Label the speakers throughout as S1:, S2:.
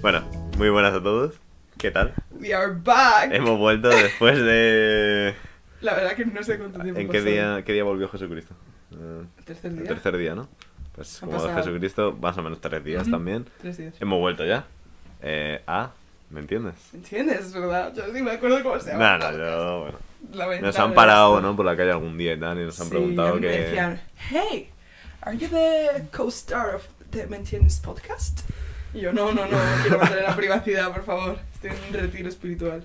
S1: bueno, muy buenas a todos. ¿Qué tal?
S2: We are back.
S1: Hemos vuelto después de...
S2: La verdad que no sé cuánto tiempo.
S1: ¿En qué
S2: pasó.
S1: día, qué día volvió Jesucristo? Eh,
S2: Tercer
S1: el
S2: día.
S1: tercer día, ¿no? Pues
S2: Han
S1: como de
S2: pasado-
S1: Jesucristo, más o menos tres días
S2: Ujú.
S1: también.
S2: Tres días.
S1: Hemos vuelto ya. Eh, ah, ¿me entiendes?
S2: ¿Entiendes, verdad? Yo sí me acuerdo cómo se
S1: No,
S2: llama.
S1: no, yo... bueno.
S2: La ventana
S1: Nos han
S2: pues, de
S1: parado,
S2: esto.
S1: ¿no? Por la calle algún día y tal, y nos han
S2: Sí,
S1: preguntado
S2: me
S1: que...
S2: decían, hey, are you the co-star of the ¿Me entiendes podcast? Y yo, no, no, no, quiero mantener la privacidad, por favor. Estoy en un retiro espiritual,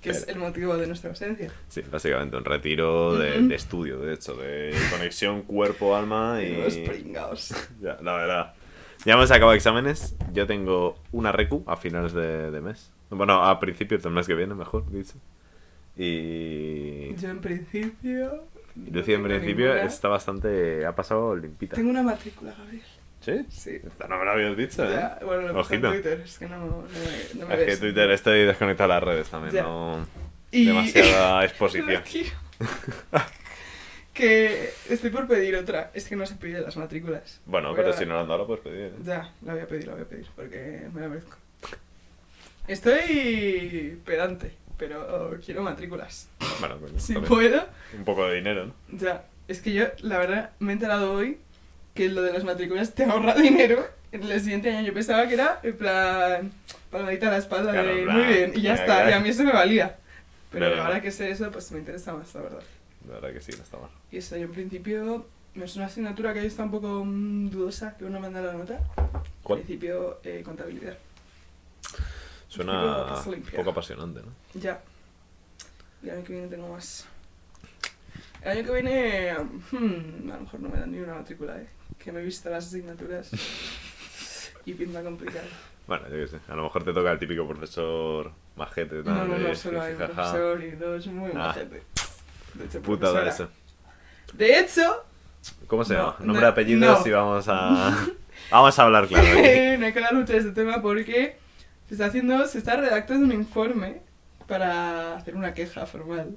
S2: que es
S1: Pero-
S2: el motivo de nuestra ausencia.
S1: Sí, básicamente un retiro de,
S2: Ujú.
S1: de estudio, de hecho, de conexión cuerpo-alma y...
S2: Los pringados.
S1: Ya, la verdad. Ya hemos acabado exámenes. Yo tengo una recu a finales de, de mes. Bueno, a principios del mes que viene, mejor dicho. Y.
S2: Yo en principio... no
S1: Lucía, en
S2: tengo
S1: principio,
S2: ninguna.
S1: está bastante. Ha pasado limpita.
S2: Tengo una matrícula, Gabriel.
S1: ¿Sí?
S2: Sí.
S1: Esta no me lo habías dicho, ¿eh?
S2: Ya, bueno, lo he puesto en
S1: Ojito.
S2: Twitter, es que no, no me, no me
S1: es que
S2: ves.
S1: Twitter estoy desconectado a las redes también,
S2: Ya.
S1: no.
S2: Y-
S1: Demasiada exposición.
S2: que estoy por pedir otra. Es que no se piden las matrículas.
S1: Bueno,
S2: Voy a
S1: pero
S2: dar-
S1: si no lo han dado, lo puedes pedir. ¿eh?
S2: Ya, la voy a pedir, la voy a pedir, porque me la merezco. Estoy pedante, pero quiero matrículas.
S1: Bueno, coño,
S2: Si
S1: también.
S2: puedo,
S1: Un poco de dinero, ¿no?
S2: ya. Es que yo, la verdad, me he enterado hoy que lo de las matrículas te ahorra dinero. En el siguiente año yo pensaba que era, en plan, palmadita a la espalda
S1: Claro,
S2: de,
S1: en plan,
S2: muy bien, y
S1: venga,
S2: ya está, y
S1: gracias.
S2: a mí eso me valía. Pero
S1: No, no, no.
S2: ahora que sé eso, pues me interesa más, la verdad.
S1: La verdad que sí, no está mal.
S2: Y eso, yo en principio no es una asignatura que está un poco mm, dudosa que uno manda la nota. En
S1: ¿Cuál?
S2: principio, eh, contabilidad.
S1: Suena
S2: Paso
S1: un
S2: limpio.
S1: poco apasionante, ¿no?
S2: Ya. Y el año que viene tengo más. El año que viene. hmm, a lo mejor no me dan ni una matrícula, ¿eh? Que me he visto las asignaturas. y pinta complicado.
S1: Bueno, yo qué sé. A lo mejor te toca el típico profesor majete.
S2: No,
S1: tal,
S2: no,
S1: de-
S2: no, solo hay un
S1: jaja.
S2: profesor y dos muy
S1: Ah.
S2: majete. De hecho,
S1: Puta de
S2: profesora.
S1: eso.
S2: De hecho,
S1: ¿Cómo se
S2: No,
S1: llama?
S2: no,
S1: Nombre, apellidos
S2: no.
S1: y vamos a... vamos a hablar claro. aquí.
S2: no hay que hablar mucho de este tema porque se está haciendo, se está redactando un informe para hacer una queja formal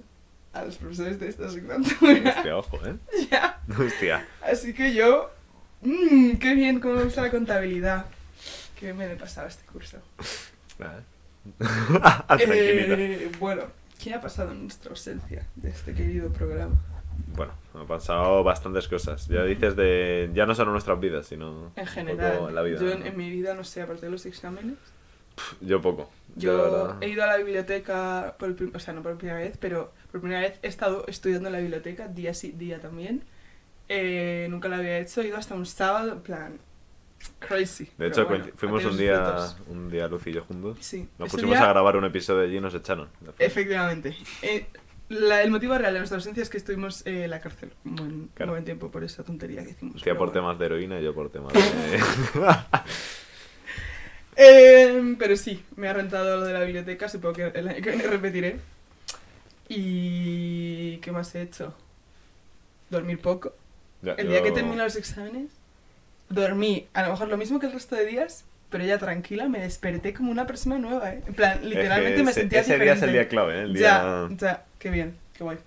S2: a los profesores de esta asignatura.
S1: Hostia, ojo, ¿eh?
S2: Ya.
S1: Hostia.
S2: Así que yo, mmm, qué bien, cómo me gusta la contabilidad. Qué bien me lo he pasado este curso.
S1: Nada, ¿eh? Ah, Tranquilita.
S2: Eh, bueno, ¿qué ha pasado en nuestra ausencia de este querido programa?
S1: Bueno, han pasado bastantes cosas. Ya dices de... Ya no solo nuestras vidas, sino...
S2: En
S1: Un poco
S2: general,
S1: en la vida.
S2: yo en,
S1: ¿no?
S2: en mi vida no sé, aparte de los exámenes.
S1: Yo poco. la
S2: Yo
S1: verdad-
S2: he ido a la biblioteca, por prim- o sea, no por primera vez, pero por primera vez he estado estudiando en la biblioteca día sí, día también. Eh, nunca la había hecho, he ido hasta un sábado, en plan, crazy.
S1: De
S2: pero
S1: hecho,
S2: bueno,
S1: cuenti- fuimos
S2: tiene
S1: un
S2: sus
S1: día,
S2: frutos.
S1: un día Luz y yo juntos.
S2: Sí.
S1: Nos
S2: ese
S1: pusimos
S2: día-
S1: a grabar un episodio allí y nos echaron.
S2: Efectivamente. Eh, la- el motivo real de nuestra ausencia es que estuvimos eh, en la cárcel un buen,
S1: Claro.
S2: un buen tiempo por esa tontería que hicimos.
S1: Hostia
S2: pero
S1: por
S2: bueno.
S1: temas de heroína y yo por temas de...
S2: Eh, pero sí, me ha rentado lo de la biblioteca, supongo que el año que viene repetiré. ¿Y qué más he hecho? Dormir poco.
S1: Ya,
S2: El día que
S1: yo-
S2: terminé los exámenes, dormí a lo mejor lo mismo que el resto de días, pero ya tranquila, me desperté como una persona nueva, ¿eh? En plan, literalmente
S1: Es que
S2: me
S1: ese-
S2: sentía
S1: ese
S2: diferente.
S1: día es el día clave, ¿eh? El
S2: Ya,
S1: día...
S2: ya, qué bien, qué guay.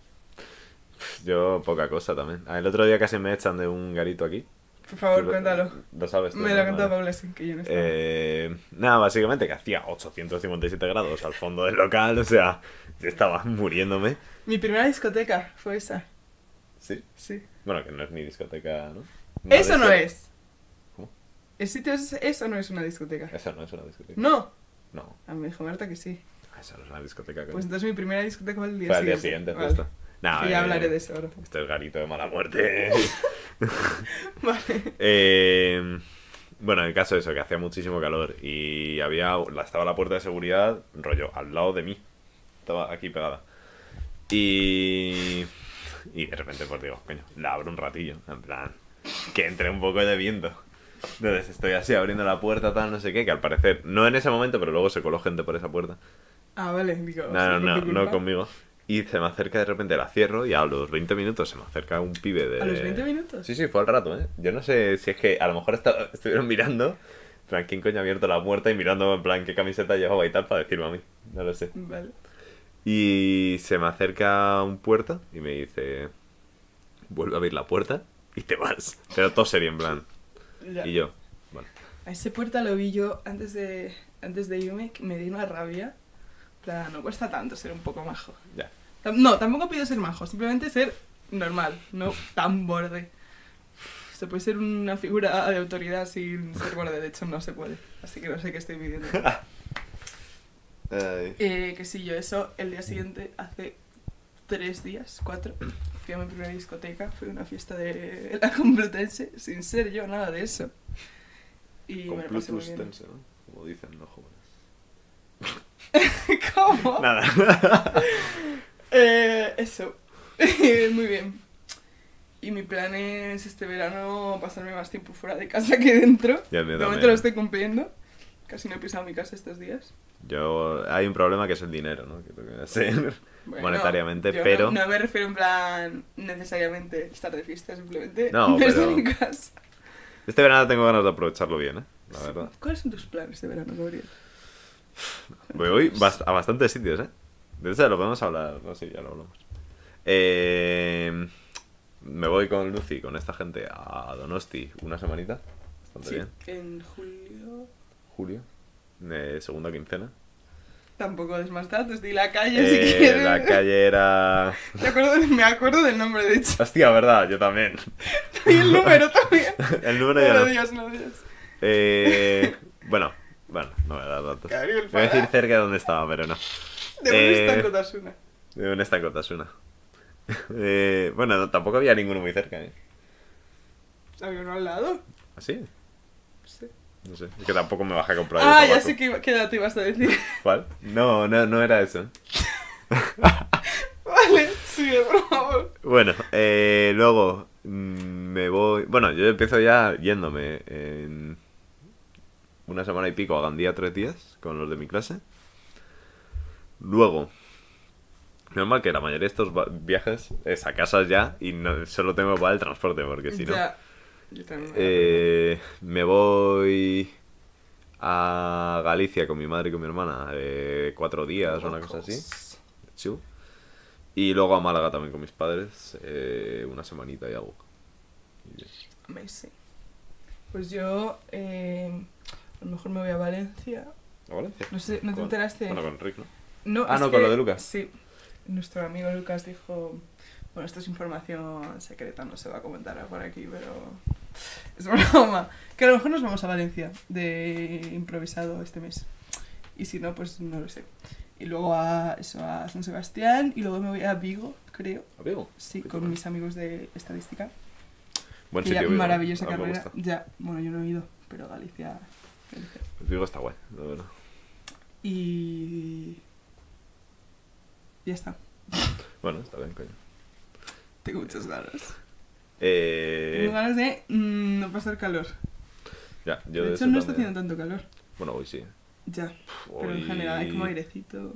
S1: Yo poca cosa también. Ah, El otro día casi me echan de un garito aquí.
S2: Por favor,
S1: Lo-
S2: cuéntalo.
S1: Lo sabes. tú,
S2: Me
S1: ¿no?
S2: lo contó
S1: Vale.
S2: Paula sin que yo no estaba.
S1: Eh, nada, básicamente que hacía 857 grados al fondo del local, o sea, yo estaba muriéndome.
S2: Mi primera discoteca fue esa.
S1: Sí.
S2: Sí.
S1: Bueno, que no es mi discoteca, ¿no?
S2: eso no
S1: de hecho-
S2: es.
S1: ¿Cómo?
S2: El sitio es eso no es una discoteca.
S1: Eso no es una discoteca.
S2: No.
S1: No,
S2: A mí me dijo Marta que sí.
S1: eso no es una discoteca. coño.
S2: Pues entonces mi primera discoteca fue el día
S1: Fue al
S2: siguiente.
S1: día siguiente,
S2: Vale.
S1: justo. Nada,
S2: Que ya
S1: eh,
S2: hablaré de eso ahora.
S1: Esto es garito de mala muerte.
S2: Vale.
S1: Eh, bueno, el caso de eso, que hacía muchísimo calor y había la, estaba la puerta de seguridad, rollo, al lado de mí. Estaba aquí pegada. Y. Y de repente, pues digo, coño, la abro un ratillo, en plan, que entre un poco de viento. Entonces estoy así abriendo la puerta, tal, no sé qué, que al parecer, no en ese momento, pero luego se coló gente por esa puerta.
S2: Ah, vale. Digo, ¿sí
S1: No, no, no,
S2: por tu
S1: no
S2: culpa?
S1: conmigo. Y se me acerca de repente, la cierro y a los 20 minutos se me acerca un pibe de...
S2: ¿A los 20 minutos?
S1: Sí, sí, fue al rato, ¿eh? Yo no sé si es que a lo mejor esta- estuvieron mirando, en plan, ¿quién coño ha abierto la puerta y mirando en plan qué camiseta llevaba y tal para decirme a mí? No lo sé.
S2: Vale.
S1: Y se me acerca un puerta y me dice, vuelve a abrir la puerta y te vas. Pero todo sería en plan.
S2: Ya.
S1: Y yo, bueno,
S2: A ese puerta lo vi yo antes de, antes de irme, que me di una rabia. En plan, no cuesta tanto ser un poco majo.
S1: ya.
S2: Tam- No, tampoco pido ser majo, simplemente ser normal, no tan borde. Se puede ser una figura de autoridad sin ser borde, de hecho no se puede. Así que no sé qué estoy pidiendo. Eh, que sí, yo eso el día siguiente, hace tres días, cuatro, fui a mi primera discoteca, fue una fiesta de la Complutense, sin ser yo nada de eso. Y me lo pasé muy bien.
S1: tenso, ¿no? Como dicen los jóvenes.
S2: ¿Cómo?
S1: Nada.
S2: Eh, eso. Muy bien. Y mi plan es este verano pasarme más tiempo fuera de casa que dentro.
S1: Ya, el mío
S2: de momento
S1: también.
S2: lo estoy cumpliendo. Casi no he pisado mi casa estos días.
S1: Yo, hay un problema que es el dinero, ¿no? Que tengo que hacer
S2: Bueno,
S1: monetariamente,
S2: yo no-
S1: pero...
S2: No, me refiero en plan necesariamente estar de fiesta, simplemente
S1: No,
S2: desde
S1: pero-
S2: mi casa.
S1: Este verano tengo ganas de aprovecharlo bien, ¿eh? La verdad.
S2: ¿Cuáles son tus planes de verano, Gabriel?
S1: Voy voy bast- a bastantes sitios, ¿eh? De eso lo podemos hablar, no sé, ya lo hablamos. Eh, me voy con Lucy, con esta gente, a Donosti una semanita. Bastante bien.
S2: en julio...
S1: Julio. eh, segunda quincena.
S2: Tampoco des más datos, di la calle si
S1: Eh,
S2: quieres.
S1: la calle era...
S2: Te acuerdo de- me acuerdo del nombre, de hecho.
S1: Hostia, verdad, yo también.
S2: Y el número también.
S1: El número ya
S2: No
S1: no.
S2: lo digas, no lo digas.
S1: Eh, bueno, bueno, no voy a dar datos.
S2: Gabriel,
S1: Voy a decir
S2: para.
S1: cerca de dónde estaba, pero no.
S2: De dónde
S1: Eh,
S2: está Kotasuna.
S1: De una estaca Osasuna. Eh, bueno, no, tampoco había ninguno muy cerca, ¿eh? ¿Ah,
S2: Había uno al lado.
S1: ¿Así?
S2: Sí.
S1: No sé. Es que tampoco me bajé a comprar yo
S2: Ah, ya
S1: tabaco.
S2: sé qué, iba- qué edad te ibas a decir.
S1: ¿Cuál? No, no, no era eso.
S2: vale, sigue, por favor.
S1: Bueno, eh, luego mm, me voy... Bueno, yo empiezo ya yéndome en una semana y pico a Gandía tres días con los de mi clase. Luego, normal que la mayoría de estos va- viajes es a casas ya y no, solo tengo para el transporte porque si no...
S2: Ya. Yo también.
S1: Eh, me voy a Galicia con mi madre y con mi hermana eh, cuatro días o una cosa así. Chiu. Y luego a Málaga también con mis padres eh, una semanita y algo. Y ya.
S2: Amazing. Pues yo, eh, a lo mejor me voy a Valencia. No sé, ¿no te
S1: Con-
S2: enteraste?
S1: Bueno, con Rick, ¿no?
S2: No,
S1: Ah,
S2: es
S1: no, con
S2: que-
S1: lo de Lucas.
S2: Sí. Nuestro amigo Lucas dijo, bueno, esto es información secreta, no se va a comentar por aquí, pero es broma. Que a lo mejor nos vamos a Valencia de improvisado este mes. Y si no, pues no lo sé. Y luego a, eso, a San Sebastián y luego me voy a Vigo, creo.
S1: Amigo.
S2: Sí,
S1: Qué
S2: con
S1: chulo.
S2: mis amigos de estadística.
S1: Buen
S2: Que ya,
S1: sitio. Vigo, ¿eh?
S2: maravillosa
S1: A mí me
S2: carrera.
S1: gusta.
S2: Ya, bueno, yo no he ido, pero Galicia. Galicia.
S1: Vigo está guay, la verdad.
S2: Y... Ya está.
S1: Bueno, está bien, coño.
S2: Tengo muchas ganas.
S1: Eh,
S2: Tengo ganas de mm, no pasar calor.
S1: ya, yo
S2: de
S1: de eso
S2: hecho, no está
S1: también.
S2: haciendo tanto calor.
S1: Bueno, hoy sí.
S2: Ya, pero
S1: Hoy-
S2: en general hay como airecito.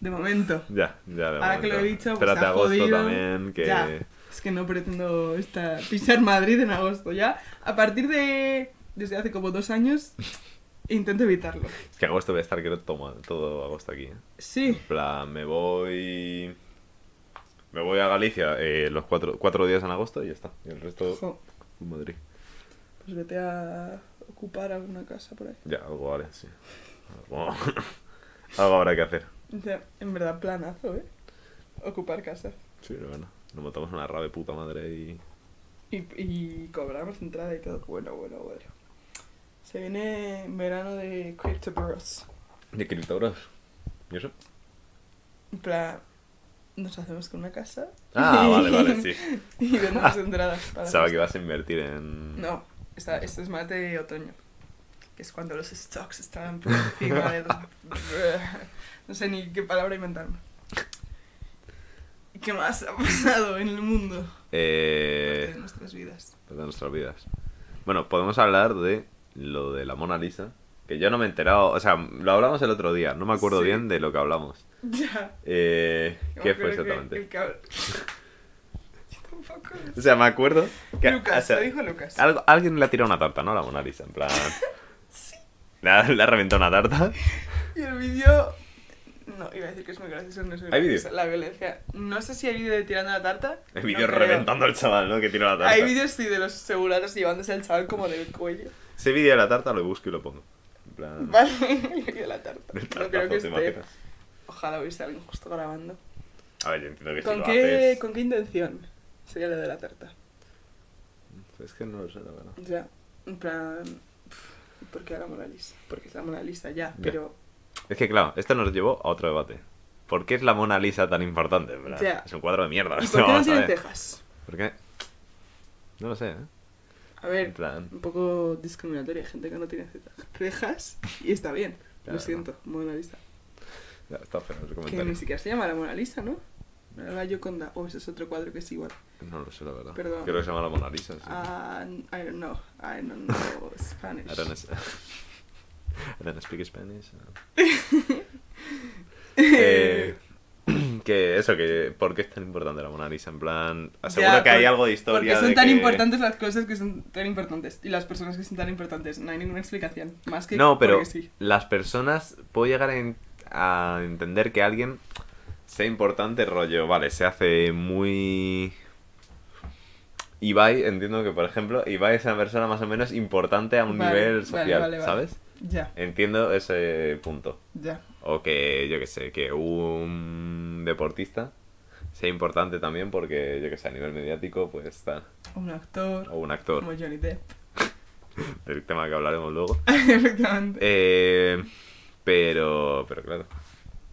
S2: De momento.
S1: Ya, ya. de
S2: Ahora que lo he
S1: momento.
S2: dicho, pues
S1: Espérate
S2: se ha
S1: agosto
S2: jodido.
S1: también, que...
S2: Ya. Es que no pretendo estar, pisar Madrid en agosto. Ya, a partir de. Desde hace como dos años, intento evitarlo.
S1: Es que agosto voy a estar creo todo, todo agosto aquí. ¿eh? En
S2: Sí,
S1: plan, me voy. Me voy a Galicia eh, los cuatro, cuatro días en agosto y ya está. Y el resto,
S2: jo,
S1: en Madrid.
S2: pues vete a ocupar alguna casa por ahí.
S1: Ya, algo vale, sí. Algo, algo habrá que hacer.
S2: Ya, en verdad, planazo, ¿eh? Ocupar casa.
S1: Sí, pero bueno. Nos montamos una rave puta madre y.
S2: Y, y cobramos entrada y todo. Bueno, bueno, bueno. Se viene verano de Crypto Bros.
S1: ¿De criptobros? ¿Y eso?
S2: En plan, nos hacemos con una casa.
S1: Ah, vale, vale, sí.
S2: Y vendemos entradas para.
S1: Pensaba que
S2: fiesta.
S1: ibas a invertir en.
S2: No, esta, esto es más de otoño. Que es cuando los stocks están por encima de los. No sé ni qué palabra inventarme. ¿Qué más ha pasado en el mundo?
S1: Eh.
S2: De nuestras vidas.
S1: de nuestras vidas. Bueno, podemos hablar de lo de la Mona Lisa. Que yo no me he enterado. O sea, lo hablamos el otro día. No me acuerdo
S2: Sí.
S1: bien de lo que hablamos.
S2: Ya.
S1: Eh,
S2: yo
S1: ¿Qué
S2: me
S1: fue
S2: acuerdo que
S1: exactamente?
S2: el cab- Yo tampoco.
S1: O sea, me acuerdo que
S2: Lucas,
S1: o sea,
S2: lo dijo Lucas.
S1: algo- alguien le ha tirado una tarta, ¿no? A La Mona Lisa, en plan. Le ha, le ha reventado una tarta.
S2: Y el vídeo. No, iba a decir que es muy gracioso. No es muy
S1: ¿Hay
S2: gracioso.
S1: vídeo?
S2: La violencia. No sé si hay vídeo de tirando la tarta.
S1: Hay
S2: no
S1: vídeos
S2: creo.
S1: reventando al chaval, ¿no? Que tira la tarta.
S2: Hay vídeos, sí, de los seguratos llevándose al chaval como del cuello.
S1: Ese vídeo de la tarta lo busco y lo pongo. En plan.
S2: Vale, el vídeo de la tarta.
S1: el
S2: No creo
S1: tartazo,
S2: que
S1: ¿te
S2: esté.
S1: imaginas?
S2: Ojalá hubiese alguien justo grabando.
S1: A ver, yo entiendo que si
S2: ¿Con
S1: lo
S2: qué,
S1: haces.
S2: ¿Con qué intención sería lo de la tarta?
S1: Es que no lo sé, la verdad.
S2: O sea, en plan. pf, ¿Por qué a la Mona Lisa? Porque es la Mona Lisa ya, pero.
S1: Es que claro, esto nos llevó a otro debate. ¿Por qué es la Mona Lisa tan importante? en plan?
S2: Ya.
S1: Es un cuadro de mierda.
S2: ¿Y por qué no
S1: vamos a
S2: tiene
S1: ver.
S2: cejas?
S1: ¿Por qué? No lo sé, ¿eh?
S2: A
S1: En
S2: ver,
S1: plan,
S2: un poco discriminatoria, gente que no tiene cejas y está bien.
S1: Claro.
S2: Lo siento, Mona Lisa.
S1: ya, está feo el
S2: Que
S1: comentario.
S2: ni siquiera se llama la Mona Lisa, ¿no? No era La Yoconda, o ese es otro cuadro que es igual.
S1: No lo sé, la verdad.
S2: Perdón.
S1: Creo que se llama la Mona Lisa, sí.
S2: Ah, I don't know, I don't know Spanish.
S1: I don't, I don't speak Spanish. no. Eh, que eso, que ¿por qué es tan importante la Mona Lisa? En plan, aseguro
S2: Ya,
S1: que hay
S2: por-
S1: algo de historia.
S2: Porque son
S1: de
S2: tan
S1: que-
S2: importantes las cosas que son tan importantes y las personas que son tan importantes. No hay ninguna explicación. Más que
S1: No, pero
S2: porque sí.
S1: las personas, puedo llegar a, en- a entender que alguien sea importante rollo, vale, se hace muy... Ibai, entiendo que por ejemplo, Ibai es una persona más o menos importante a un
S2: Vale,
S1: nivel
S2: vale,
S1: social,
S2: vale, vale.
S1: ¿sabes?
S2: Ya,
S1: Entiendo ese punto.
S2: ya.
S1: O que, yo que sé, que un deportista sea importante también porque, yo que sé, a nivel mediático, pues está.
S2: Un actor
S1: O un actor,
S2: como Johnny Depp.
S1: del tema que hablaremos luego.
S2: Efectivamente.
S1: Eh, pero, pero claro,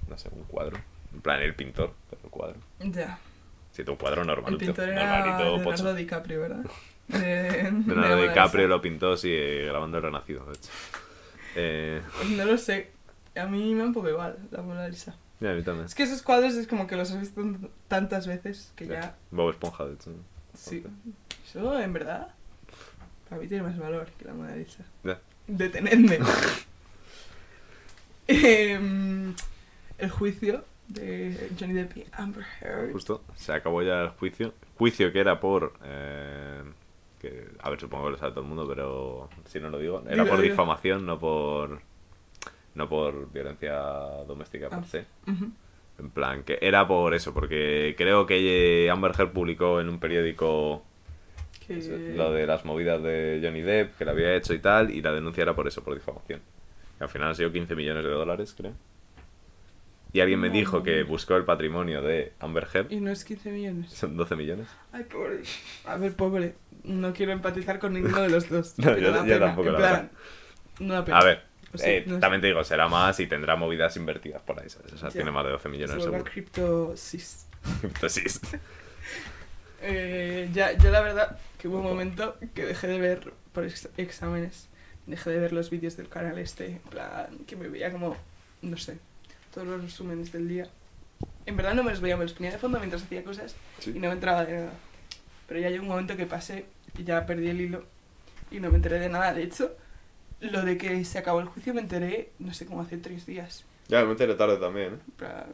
S1: no sé, un cuadro. En plan, el pintor, pero el cuadro.
S2: Ya.
S1: Si tu cuadro
S2: El
S1: normalito,
S2: pintor era
S1: normalito,
S2: Leonardo
S1: pocho.
S2: DiCaprio, ¿verdad? Eh, De, de la
S1: Leonardo
S2: Mona
S1: DiCaprio
S2: Lisa.
S1: lo pintó, sí, eh, grabando El Renacido, de hecho. Eh,
S2: No lo sé. A mí me da un poco igual la Mona Lisa.
S1: mira, a mí también.
S2: Es que esos cuadros es como que los has visto tantas veces que ya...
S1: Bob Esponja, de hecho.
S2: Sí. Eso, en verdad, para mí tiene más valor que la Mona Lisa.
S1: Ya.
S2: Detenedme. Em, el juicio de Johnny Depp y Amber Heard.
S1: Justo, se acabó ya el juicio. Juicio que era por. eh, que, a ver, supongo que lo sabe todo el mundo, pero si no lo digo. Era
S2: Dilo,
S1: por
S2: dilo.
S1: difamación, no por. No por violencia doméstica
S2: Ah.
S1: per se.
S2: Ujú.
S1: En plan, que era por eso, porque creo que eh, Amber Heard publicó en un periódico
S2: Que-
S1: lo de las movidas de Johnny Depp, que la había hecho y tal, y la denuncia era por eso, por difamación. Y al final ha sido 15 millones de dólares, creo. Y alguien me
S2: No,
S1: dijo
S2: no,
S1: que
S2: no.
S1: buscó el patrimonio de Amber Heard.
S2: Y no es 15 millones.
S1: Son 12 millones.
S2: Ay, pobre. A ver, pobre. No quiero empatizar con ninguno de los dos.
S1: No,
S2: pero
S1: yo-
S2: da
S1: yo
S2: pena.
S1: tampoco,
S2: En
S1: la
S2: plan, no da pena.
S1: A ver,
S2: Sí,
S1: eh,
S2: no es-
S1: también te digo, será más y tendrá movidas invertidas por ahí, ¿sabes? O sea,
S2: Ya.
S1: tiene más de 12 millones
S2: Se
S1: seguro.
S2: vuelve cripto sis.
S1: Entonces, sí.
S2: Eh, ya, yo la verdad que hubo un momento que dejé de ver por ex- exámenes, dejé de ver los vídeos del canal este, en plan, que me veía como, no sé, todos los resúmenes del día. En verdad no me los veía, me los ponía de fondo mientras hacía cosas y no me entraba de nada. Pero ya llegó un momento que pasé y ya perdí el hilo y no me enteré de nada. De hecho, lo de que se acabó el juicio me enteré, no sé, como hace tres días.
S1: Ya, me enteré tarde también, ¿eh?
S2: En plan,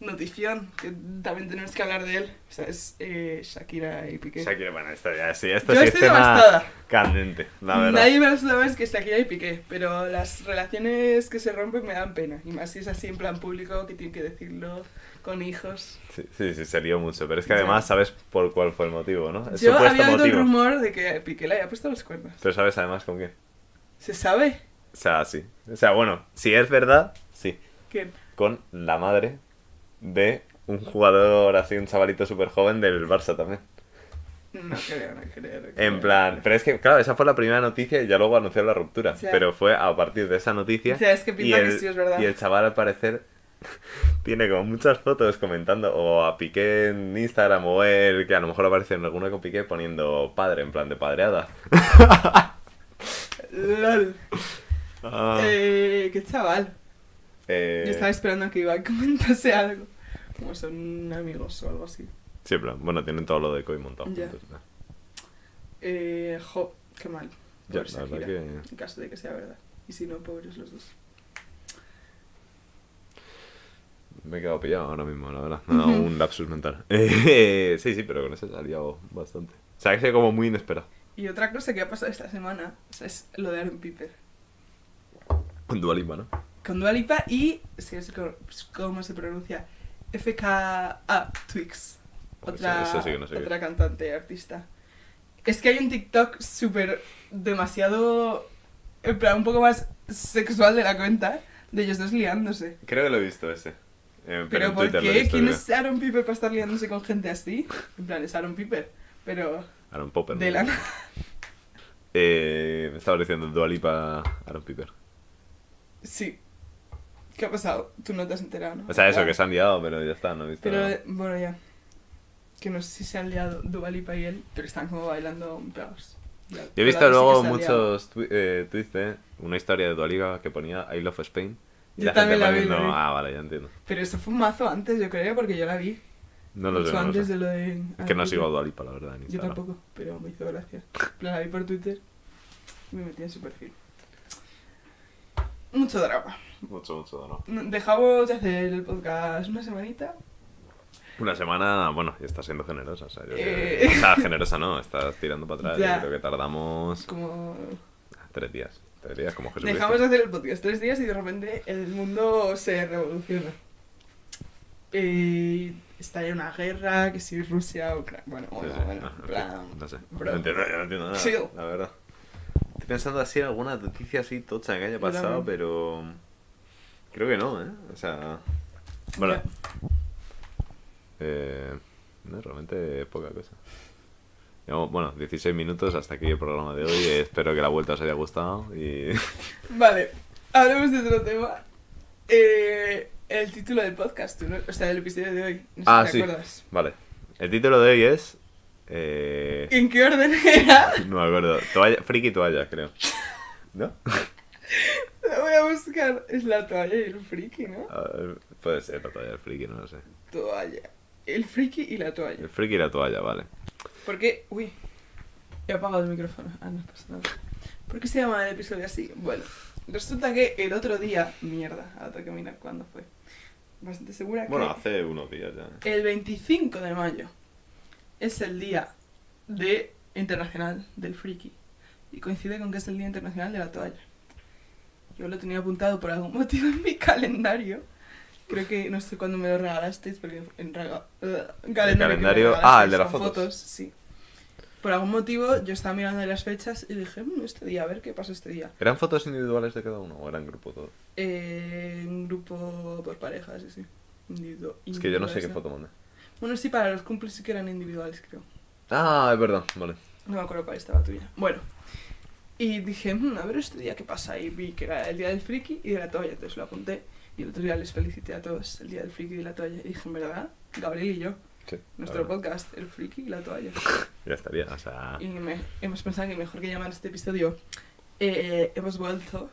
S2: Notición, que también tenemos que hablar de él. O sea, es eh, Shakira y Piqué.
S1: Shakira, bueno, esto ya sí, esto
S2: Yo
S1: sí es
S2: estoy
S1: tema
S2: devastada.
S1: candente, la verdad.
S2: Nadie me lo sabe más que Shakira y Piqué, pero las relaciones que se rompen me dan pena. Y más si es así en plan público, que tienen que decirlo con hijos.
S1: Sí, sí, sí, se lió mucho, pero es que
S2: Ya.
S1: además sabes por cuál fue el motivo, ¿no? El
S2: Yo
S1: supuesto
S2: había oído el
S1: motivo.
S2: rumor de que Piqué le había puesto los cuernos.
S1: Pero sabes además con qué.
S2: ¿Se sabe?
S1: O sea, sí. O sea, bueno, si es verdad, sí.
S2: ¿Quién?
S1: Con la madre de un jugador así, un chavalito súper joven del Barça también.
S2: No creo, no creo. no creo.
S1: En plan, pero es que, claro, esa fue la primera noticia y ya luego anunció la ruptura.
S2: Sí.
S1: Pero fue a partir de esa noticia.
S2: O sea, es que pinta que
S1: el,
S2: sí, es verdad.
S1: Y el chaval, al parecer, tiene como muchas fotos comentando o a Piqué en Instagram o él, que a lo mejor aparece en alguna con Piqué poniendo padre, en plan de padreada.
S2: LOL.
S1: Ah,
S2: Eh, qué chaval.
S1: eh,
S2: Yo estaba esperando que Iván comentase algo. Como son amigos o algo así.
S1: Sí, en plan, bueno, tienen todo lo de Koi montado.
S2: Ya.
S1: juntos, ¿no?
S2: Eh, jo, qué mal.
S1: Ya,
S2: Pobre
S1: la verdad
S2: Shakira,
S1: que-
S2: En caso de que sea verdad. Y si no, pobres los dos.
S1: Me he quedado pillado ahora mismo, la verdad. Me ha dado
S2: Ujú.
S1: un lapsus mental. Eh, sí, sí, pero con eso se ha liado bastante. O sea, que ha sido como muy inesperado.
S2: Y otra cosa que ha pasado esta semana o sea, es lo de Aaron Piper.
S1: Con Dualipa, ¿no?
S2: con Dua Lipa y, si es co- cómo se pronuncia, FKA Twix,
S1: Joder,
S2: otra,
S1: eso- eso sí que no sé qué
S2: otra cantante y artista. Es que hay un TikTok súper demasiado, en plan, un poco más sexual de la cuenta, de ellos dos liándose.
S1: Creo que lo he visto ese. Eh, pero,
S2: ¿Pero
S1: en
S2: por
S1: Twitter lo he
S2: qué?
S1: visto,
S2: ¿Quién
S1: creo.
S2: es Aaron Piper para estar liándose con gente así? En plan, es Aaron Piper, pero
S1: Aaron Popper.
S2: de
S1: Pues ¿no?
S2: la nada.
S1: Eh, me estaba diciendo Dualipa Aaron Piper.
S2: Sí. ¿Qué ha pasado? Tú no te has enterado, ¿no?
S1: O sea, eso,
S2: Ah.
S1: que se han liado, pero ya está, no he visto
S2: Pero,
S1: nada.
S2: eh, bueno, ya. Que no sé si se han liado Dualipa y él, pero están como bailando pegados. Ya,
S1: Yo he
S2: pero
S1: visto
S2: sí que
S1: luego
S2: se han liado.
S1: muchos twi- eh, tweets de una historia de Dualiga que ponía I love Spain. Y
S2: Yo
S1: la gente
S2: también la vi,
S1: poniendo,
S2: la vi.
S1: ah, vale, ya entiendo.
S2: Pero eso fue un mazo antes, yo creo, porque yo la vi.
S1: No lo sé,
S2: Mucho
S1: no lo
S2: antes
S1: sé.
S2: de lo de.
S1: Es que no
S2: Argentina.
S1: sigo a Dualipa, la verdad, en
S2: Yo
S1: Instagram.
S2: tampoco, pero me hizo gracia. La vi por Twitter y me metí en su perfil. Mucho drama.
S1: Mucho, mucho, no.
S2: No- Dejamos de hacer el podcast una semanita.
S1: Una semana, bueno, ya está siendo generosa. O sea, yo creo
S2: Eh.
S1: que- o sea, generosa no, estás tirando para atrás.
S2: Ya.
S1: Yo creo que tardamos
S2: Como
S1: tres días. Tres días, como Jesucristo.
S2: Dejamos de hacer el podcast tres días y de repente el mundo se revoluciona. Eh, estaría una guerra, que si Rusia, Ucrania. Bueno,
S1: Sí,
S2: bueno,
S1: sí,
S2: bueno.
S1: no,
S2: en plan,
S1: No sé.
S2: bro.
S1: No entiendo, yo no entiendo nada.
S2: Chill.
S1: La verdad. Estoy pensando así en alguna noticia así tocha que haya
S2: Yo
S1: pasado,
S2: también.
S1: pero. Creo que no, ¿eh? O sea. Bueno.
S2: Ya.
S1: Eh, no, realmente poca cosa. Llevamos, bueno, 16 minutos hasta aquí el programa de hoy. Eh, Espero que la vuelta os haya gustado. Y.
S2: Vale, hablemos de otro tema. Eh, el título del podcast, tú, ¿no? o sea, del episodio de hoy. No sé
S1: Ah,
S2: si te
S1: sí.
S2: acuerdas.
S1: Vale. El título de hoy es. eh,
S2: ¿En qué orden era?
S1: No me acuerdo. Toalla, friki toalla, creo. ¿No?
S2: La voy a buscar. Es la toalla y el friki, ¿no?
S1: A ver, puede ser la toalla, el friki, no lo sé.
S2: Toalla. El friki y la toalla.
S1: El friki y la toalla, vale.
S2: Porque, uy, he apagado el micrófono. Ah, no pasa nada. ¿Por qué se llama el episodio así? Bueno, resulta que el otro día, mierda, ahora tengo que mirar cuándo fue. Bastante segura
S1: Bueno,
S2: que
S1: hace unos días ya.
S2: el 25 de mayo es el día de internacional del friki y coincide con que es el día internacional de la toalla. Yo lo tenía apuntado por algún motivo en mi calendario. Creo que no sé cuándo me lo regalasteis, porque en rega- calendario, que me
S1: calendario-
S2: regalasteis
S1: ah, el de las
S2: son
S1: fotos.
S2: sí. Por algún motivo yo estaba mirando las fechas y dije, "Mm, este día, a ver qué pasa este día.
S1: ¿Eran fotos individuales de cada uno o eran grupo todo?
S2: Eh, un grupo por parejas, sí, sí. Individu-
S1: Es que yo no sé
S2: individuales,
S1: qué foto mandé.
S2: Bueno, sí, para los cumples sí que eran individuales, creo.
S1: Ah, es verdad, vale.
S2: No me acuerdo cuál estaba tuya. Bueno. Y dije, "Mm, a ver este día qué pasa. Y vi que era el día del friki y de la toalla, entonces lo apunté. Y el otro día les felicité a todos el día del friki y de la toalla. Y dije, en verdad, Gabriel y yo,
S1: Sí,
S2: nuestro
S1: ahora
S2: podcast, el friki y la toalla.
S1: Ya estaría, o sea.
S2: Y me- hemos pensado que mejor que llamar este episodio eh, Hemos vuelto.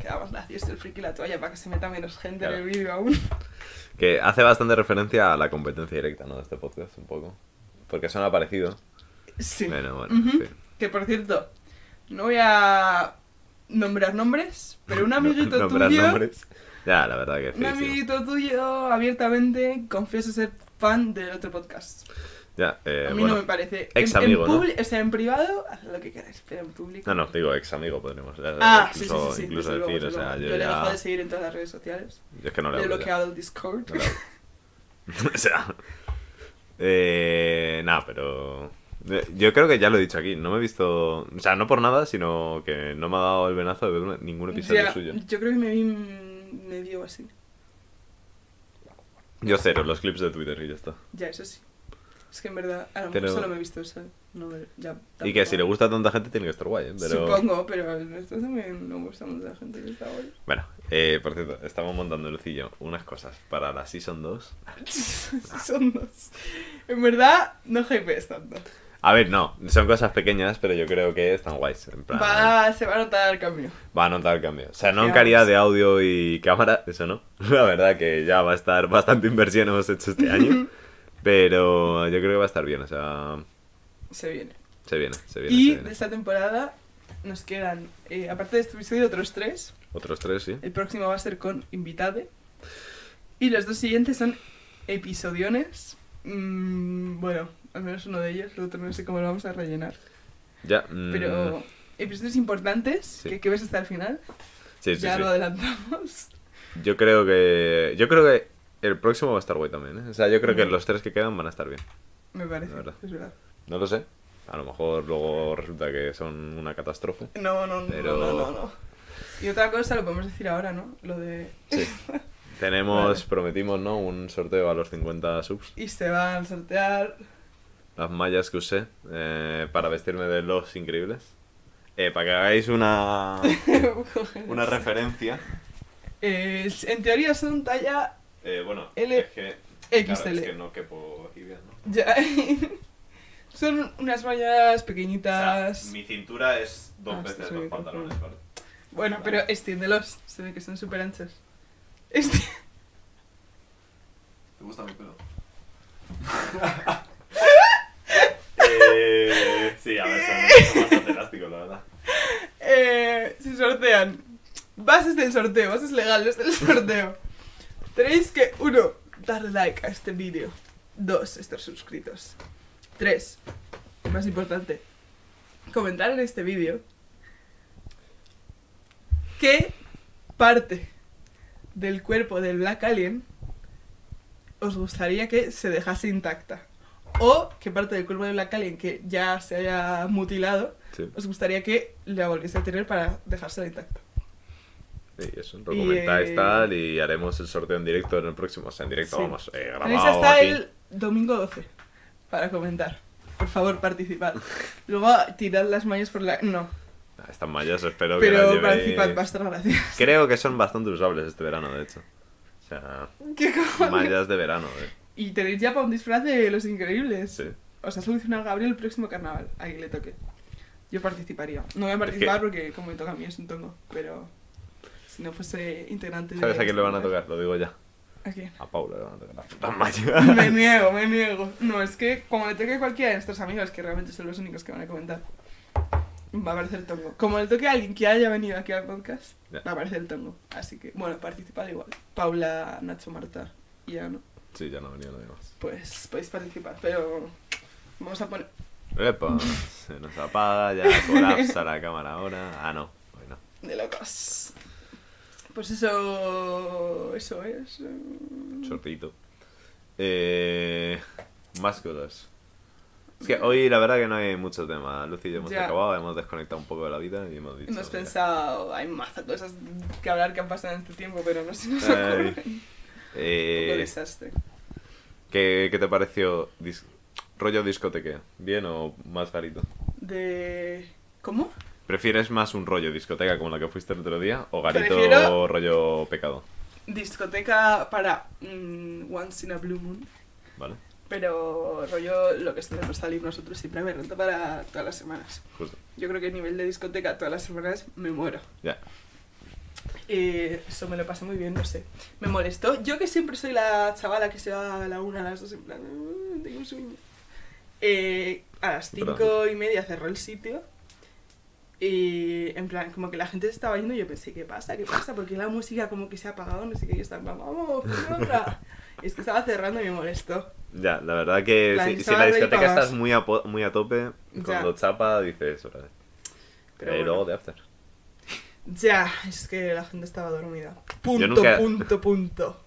S2: Queda más gracioso este el friki y la toalla para que se meta menos gente en el
S1: Claro.
S2: vídeo aún.
S1: Que hace bastante referencia a la competencia directa, ¿no? De este podcast, un poco. Porque son aparecido.
S2: Sí.
S1: Bueno, bueno,
S2: Ujú.
S1: sí.
S2: Que por cierto, no voy a nombrar nombres, pero un
S1: No-
S2: amiguito
S1: nombrar
S2: tuyo.
S1: nombres. Ya, la verdad que
S2: Un
S1: feísimo.
S2: amiguito tuyo abiertamente confiesa ser fan del otro podcast.
S1: Ya, eh,
S2: a mí
S1: bueno.
S2: no me parece.
S1: ex
S2: En- en
S1: amigo, ¿no?
S2: publi- O sea, en privado, haz lo que queráis, pero en público.
S1: No, no, digo ex amigo, podríamos. ya,
S2: Ah, sí, sí,
S1: incluso,
S2: sí, sí.
S1: incluso
S2: desde luego,
S1: decir, o
S2: desde
S1: sea,
S2: luego.
S1: yo,
S2: le he dejado
S1: ya.
S2: de seguir en todas las redes sociales.
S1: Yo es que no le
S2: le he
S1: hablo. ya.
S2: bloqueado el Discord.
S1: No le hablo. o sea. Eh, nada, pero. eh, Yo creo que ya lo he dicho aquí. No me he visto. O sea, no por nada, sino que no me ha dado el venazo de ver ningún episodio
S2: Ya,
S1: suyo.
S2: Yo creo que me vi mm, medio así.
S1: Yo cero, los clips de Twitter y ya está.
S2: Ya, eso sí. Es que en verdad, a lo
S1: Pero-
S2: mejor solo me he visto eso. No, me- ya,
S1: Y que
S2: tampoco.
S1: si le gusta a tanta gente, tiene que estar guay, ¿eh? Pero.
S2: Supongo, pero el resto también no gusta mucho a la gente que está hoy.
S1: Bueno, eh, por cierto, estamos montando, Lucillo, unas cosas para la Season 2.
S2: Son dos. En verdad, no hypees tanto.
S1: A ver, no, son cosas pequeñas, pero yo creo que están guays. En plan,
S2: Va, se va a notar el cambio.
S1: Va a notar el cambio. O sea, no en
S2: Ya,
S1: calidad
S2: pues.
S1: de audio y cámara, eso no. La verdad que ya va a estar bastante inversión hemos hecho este año. pero yo creo que va a estar bien, o sea,
S2: Se viene.
S1: se viene, se viene.
S2: Y
S1: se
S2: de
S1: viene.
S2: esta temporada nos quedan, eh, aparte de este episodio, otros tres.
S1: Otros tres, sí.
S2: El próximo va a ser con Invitade. Y los dos siguientes son episodiones. Mm, bueno, al menos uno de ellos, el otro no sé cómo lo vamos a rellenar.
S1: Ya. mm,
S2: Pero episodios importantes
S1: Sí.
S2: que, que ves hasta el final.
S1: Sí, sí,
S2: ya
S1: sí.
S2: lo adelantamos.
S1: Yo creo que. Yo creo que el próximo va a estar guay también, ¿eh? O sea, yo creo que
S2: Mm.
S1: los tres que quedan van a estar bien.
S2: Me parece.
S1: La verdad.
S2: Es verdad.
S1: No lo sé. A lo mejor luego resulta que son una catástrofe.
S2: No, no, no,
S1: Pero-
S2: no, no, no. Y otra cosa lo podemos decir ahora, ¿no? Lo de.
S1: Sí. Tenemos,
S2: Vale.
S1: prometimos, ¿no? Un sorteo a los 50 subs.
S2: Y se van a sortear.
S1: Las mallas que usé eh, para vestirme de los increíbles. Eh, para que hagáis una, una referencia.
S2: Eh, en teoría son talla.
S1: Eh, bueno,
S2: L-
S1: es que. claro,
S2: XL.
S1: es que no quepo aquí bien, ¿no?
S2: Ya. son unas mallas
S1: O
S2: pequeñitas.
S1: sea, mi cintura es dos
S2: Ah,
S1: veces
S2: este
S1: los
S2: soy yo,
S1: pantalones, ¿vale?
S2: Bueno, pero extiéndelos. Se ve que son súper anchos. Este...
S1: ¿Te gusta mi pelo? eh, sí, a ver, son bastante elásticos, la verdad.
S2: Eh, se sortean. Bases del sorteo, bases legales del sorteo. Tenéis que, uno, darle like a este vídeo. Dos, estar suscritos. Tres, lo más importante, comentar en este vídeo qué parte del cuerpo del Black Alien os gustaría que se dejase intacta. O qué parte del cuerpo del Black Alien que ya se haya mutilado
S1: Sí,
S2: os gustaría que la volviese a tener para dejársela intacta.
S1: y eso, lo
S2: Y,
S1: comentáis
S2: eh,
S1: tal y haremos el sorteo en directo en el próximo. O sea, en directo
S2: Sí.
S1: vamos, eh,
S2: Tenéis
S1: grabado
S2: hasta
S1: aquí.
S2: el domingo 12 para comentar. Por favor, participad. Luego tirad las mallas por la... No,
S1: Estas mallas espero que las
S2: pero
S1: llevéis.
S2: participad, va a estar gracioso.
S1: Creo que son bastante usables este verano, de hecho. O sea,
S2: ¿Qué cojones?
S1: mallas de verano, eh.
S2: Y tenéis ya para un disfraz de Los Increíbles.
S1: Sí.
S2: Os ha solucionado Gabriel el próximo carnaval, a que le toque. Yo participaría. No voy a participar porque como me toca a mí es un tongo, pero si no fuese integrante de...
S1: ¿Sabes a quién le van a tocar? Lo digo ya.
S2: ¿A quién?
S1: A Paula le van a tocar las putas mallas.
S2: Me niego, me niego. No, es que como le toque a cualquiera de nuestros amigos, que realmente son los únicos que van a comentar, va a aparecer tongo. Como le toque a alguien que haya venido aquí al podcast,
S1: Ya.
S2: va a aparecer el tongo. Así que, bueno, participad igual. Paula, Nacho, Marta y Ano,
S1: Sí, ya no venía nadie más.
S2: pues podéis participar, pero vamos a poner...
S1: Epa, se nos apaga, ya colapsa la cámara ahora. Ah, no, hoy no.
S2: de locos. Pues eso... eso es... eh.
S1: Sortito. Eh, más cosas. Es que hoy la verdad que no hay mucho tema. Lucy y yo hemos
S2: Ya.
S1: acabado, hemos desconectado un poco de la vida y hemos dicho...
S2: Hemos
S1: "Mira".
S2: pensado, hay más cosas que hablar que han pasado en este tiempo, pero no se nos
S1: Ay,
S2: ocurren. Un poco
S1: Eh,
S2: desastre.
S1: ¿qué, qué te pareció dis- rollo discoteque? ¿Bien o más garito?
S2: De. ¿Cómo?
S1: ¿Prefieres más un rollo discoteca como la que fuiste el otro día o garito
S2: Prefiero-
S1: rollo pecado?
S2: Discoteca para mm, Once in a Blue Moon.
S1: ¿Vale?
S2: Pero rollo lo que solemos salir nosotros siempre me renta para todas las semanas.
S1: Justo.
S2: Yo creo que a nivel de discoteca todas las semanas me muero.
S1: Ya.
S2: Eh, eso me lo pasé muy bien, no sé. Me molestó. Yo que siempre soy la chavala que se va a la una, a las dos, en plan, "Mm, tengo un sueño. Eh, a las
S1: Perdón.
S2: cinco y media cerró el sitio. Y en plan, como que la gente se estaba yendo y yo pensé, ¿qué pasa? ¿Qué pasa? Porque la música como que se ha apagado, no sé qué. Y yo estaba en plan, vamos, pon otra. Y es que estaba cerrando y me molestó.
S1: Ya, la verdad que
S2: La
S1: si, si
S2: emisora
S1: la
S2: de
S1: discoteca
S2: Ipavas.
S1: estás muy a, po- muy a tope,
S2: Ya.
S1: cuando chapa dices, órale.
S2: Pero
S1: Eh, y
S2: bueno.
S1: luego de after.
S2: Ya, es que la gente estaba dormida. Punto,
S1: nunca-
S2: punto, punto.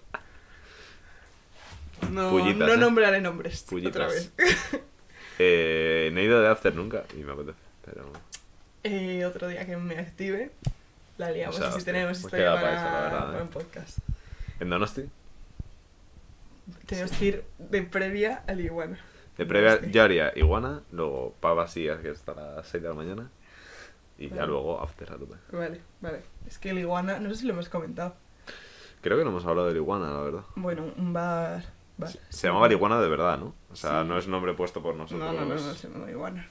S2: No,
S1: Pullitas,
S2: no
S1: ¿eh?
S2: nombraré nombres. Otra
S1: Pullitas.
S2: vez.
S1: Eh, no he ido de after nunca y me apetece, pero...
S2: Eh, otro día que me active, la liamos.
S1: O sea,
S2: y si
S1: hostia,
S2: tenemos
S1: pues
S2: historia
S1: queda
S2: para,
S1: para eso, la verdad,
S2: para
S1: ¿eh?
S2: un podcast.
S1: ¿En Donosti?
S2: Tenemos que ir de previa al iguana.
S1: De previa
S2: Donosti.
S1: yo haría iguana, luego pavas y que hasta las 6 de la mañana y ya
S2: Vale.
S1: luego after a tope.
S2: Vale, vale. Es que el iguana, no sé si lo hemos comentado.
S1: Creo que no hemos hablado de iguana, la verdad.
S2: Bueno, un bar. bar.
S1: Se llamaba iguana de verdad, ¿no? O sea,
S2: Sí.
S1: no es nombre puesto por
S2: No,
S1: nosotros.
S2: no, no, no,
S1: es-
S2: se llamaba iguana.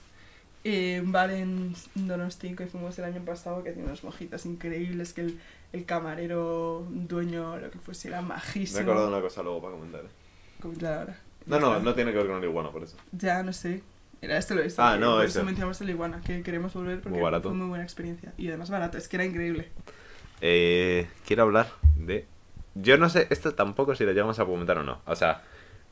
S2: Eh, un bar en Donosti que fuimos el año pasado que tiene unas mojitas increíbles que el, el camarero, dueño, lo que fuese, era
S1: Me he
S2: majísimo.
S1: acordado de una cosa luego para comentar. ¿eh?
S2: Comentad ahora.
S1: No,
S2: Ya
S1: no,
S2: está.
S1: no tiene que ver con el iguana, por eso.
S2: Ya, no sé. Era esto lo he visto.
S1: Ah,
S2: que
S1: no,
S2: por
S1: ese.
S2: eso mencionamos el iguana, que queremos volver porque
S1: Muy barato.
S2: fue muy buena experiencia. Y además barato, es que era increíble.
S1: Eh, quiero hablar de... Yo no sé, esto tampoco si lo llegamos a comentar o no. O sea,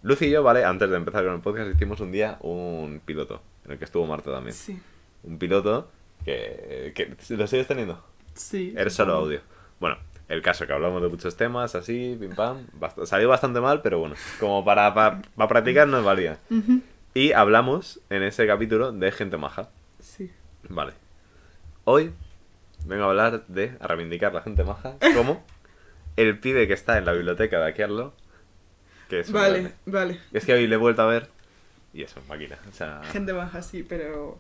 S1: Lucy y yo, ¿vale? Antes de empezar con el podcast hicimos un día un piloto, en el que estuvo Marta también.
S2: Sí.
S1: Un piloto que... que ¿Lo sigues teniendo?
S2: Sí.
S1: Eres solo audio. Bueno, el caso que hablamos de muchos temas, así, pim pam. bast- salió bastante mal, pero bueno, como para, pa- pa practicar nos valía.
S2: Ujú.
S1: Y hablamos en ese capítulo de gente maja.
S2: Sí.
S1: Vale. Hoy vengo a hablar de a reivindicar la gente maja como el pibe que está en la biblioteca de aquí al lado, Que es un grande.
S2: Vale, vale.
S1: Es que hoy le he vuelto a ver y eso, máquina. O sea,
S2: Gente baja, sí, pero.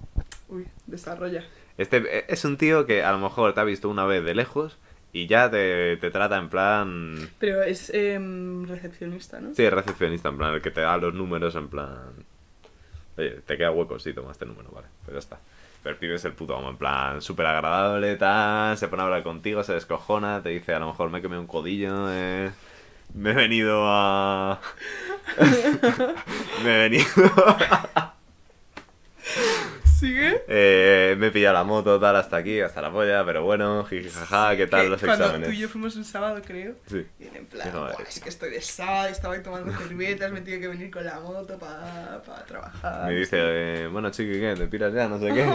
S2: Uy, desarrolla.
S1: este es un tío que a lo mejor te ha visto una vez de lejos y ya te, te trata en plan.
S2: Pero es em, recepcionista, ¿no?
S1: Sí, es recepcionista, en plan, el que te da los números, en plan. Oye, te queda hueco, sí, toma este número, vale, pues ya está. Pero el pibe es el puto amo, en plan, súper agradable, tal, se pone a hablar contigo, se descojona, te dice, a lo mejor me quemé un codillo, eh, me he venido a... me he venido...
S2: ¿Sigue?
S1: eh, me he pillado la moto, tal, hasta aquí, hasta la polla, pero bueno, jiji, jaja, ¿qué tal
S2: Que
S1: los
S2: cuando
S1: exámenes?
S2: tú y yo fuimos un sábado, creo.
S1: Sí.
S2: Y en plan,
S1: Dijo,
S2: "Buah, es que estoy de sábado, estaba ahí tomando cervezas, me he tenido que venir con la moto para trabajar.
S1: Me dice, eh, bueno, chiqui, ¿qué? ¿Te piras ya? No sé qué.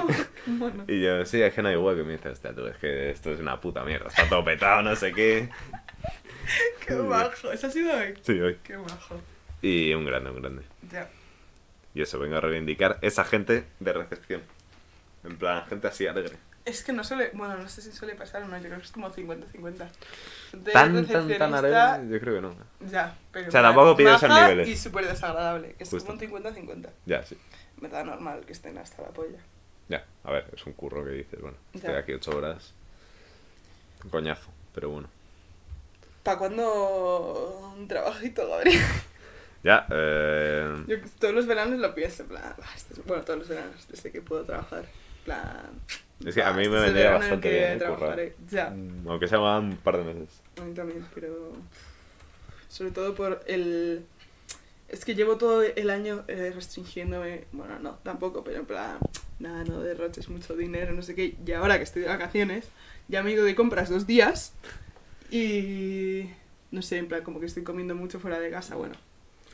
S2: Qué mono.
S1: Y yo, sí, es que no hay hueco. Y me dice, hostia, tú, es que esto es una puta mierda. Está todo petado, no sé qué.
S2: Qué majo. ¿Eso ha sido hoy?
S1: Sí, hoy.
S2: Qué majo.
S1: Y un grande, un grande.
S2: Ya.
S1: Y eso, vengo a reivindicar esa gente de recepción. En plan, gente así alegre.
S2: Es que no suele, bueno, no sé si suele pasar o no, yo creo que es como 50-50.
S1: Tan, tan,
S2: De
S1: tan
S2: recepcionista,
S1: alegre, yo creo que no.
S2: Ya, pero.
S1: O sea, tampoco pido esos
S2: maja
S1: niveles.
S2: Y súper desagradable, que es
S1: Justo.
S2: como un 50-50.
S1: Ya, sí.
S2: Me da normal que estén hasta la polla.
S1: Ya, a ver, es un curro que dices, bueno, estoy
S2: Ya.
S1: aquí ocho horas. Un coñazo, pero bueno.
S2: ¿Para cuándo un trabajito, Gabriel?
S1: Ya, eh...
S2: Yo pues, todos los veranos lo pienso, en plan. "Bah, este es- Bueno, todos los veranos, desde que puedo trabajar. en plan.
S1: Es que a
S2: "Bah,
S1: mí
S2: este
S1: me
S2: es el
S1: vendría
S2: verano en el
S1: bastante
S2: que
S1: bien, ¿eh?
S2: trabajaré". Ya,
S1: mm, Aunque sea un par de meses.
S2: a mí también, pero. Sobre todo por el. Es que llevo todo el año eh, restringiéndome. Bueno, no, tampoco, pero en plan. Nada, no derroches mucho dinero, no sé qué. Y ahora que estoy de vacaciones, ya me he ido de compras dos días. Y. No sé, en plan, como que estoy comiendo mucho fuera de casa. Bueno,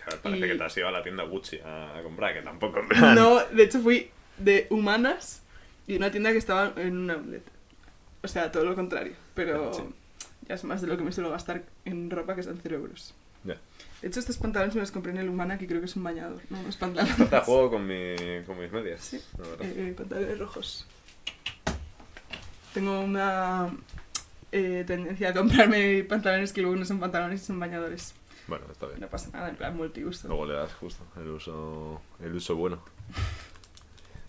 S1: Parece
S2: parece Y-
S1: que
S2: que
S1: te
S2: te
S1: has ido a la tienda Gucci a comprar, que tampoco en plan...
S2: No, de hecho fui de humanas y una tienda que estaba en un outlet. O sea, todo lo contrario. Pero
S1: Sí.
S2: ya es más de lo que me suelo gastar en ropa que son 0 euros.
S1: Ya.
S2: De hecho, estos pantalones me los compré en el humana, que creo que es un bañador, ¿no? Los pantalones.
S1: Hasta juego con, mi, con mis medias.
S2: Sí.
S1: la verdad.
S2: Eh, eh, pantalones rojos. Tengo una eh, tendencia a comprarme pantalones que luego no son pantalones y son bañadores.
S1: Bueno, está bien.
S2: eh. No pasa nada, en plan multiuso.
S1: Luego le das justo el uso, el uso bueno.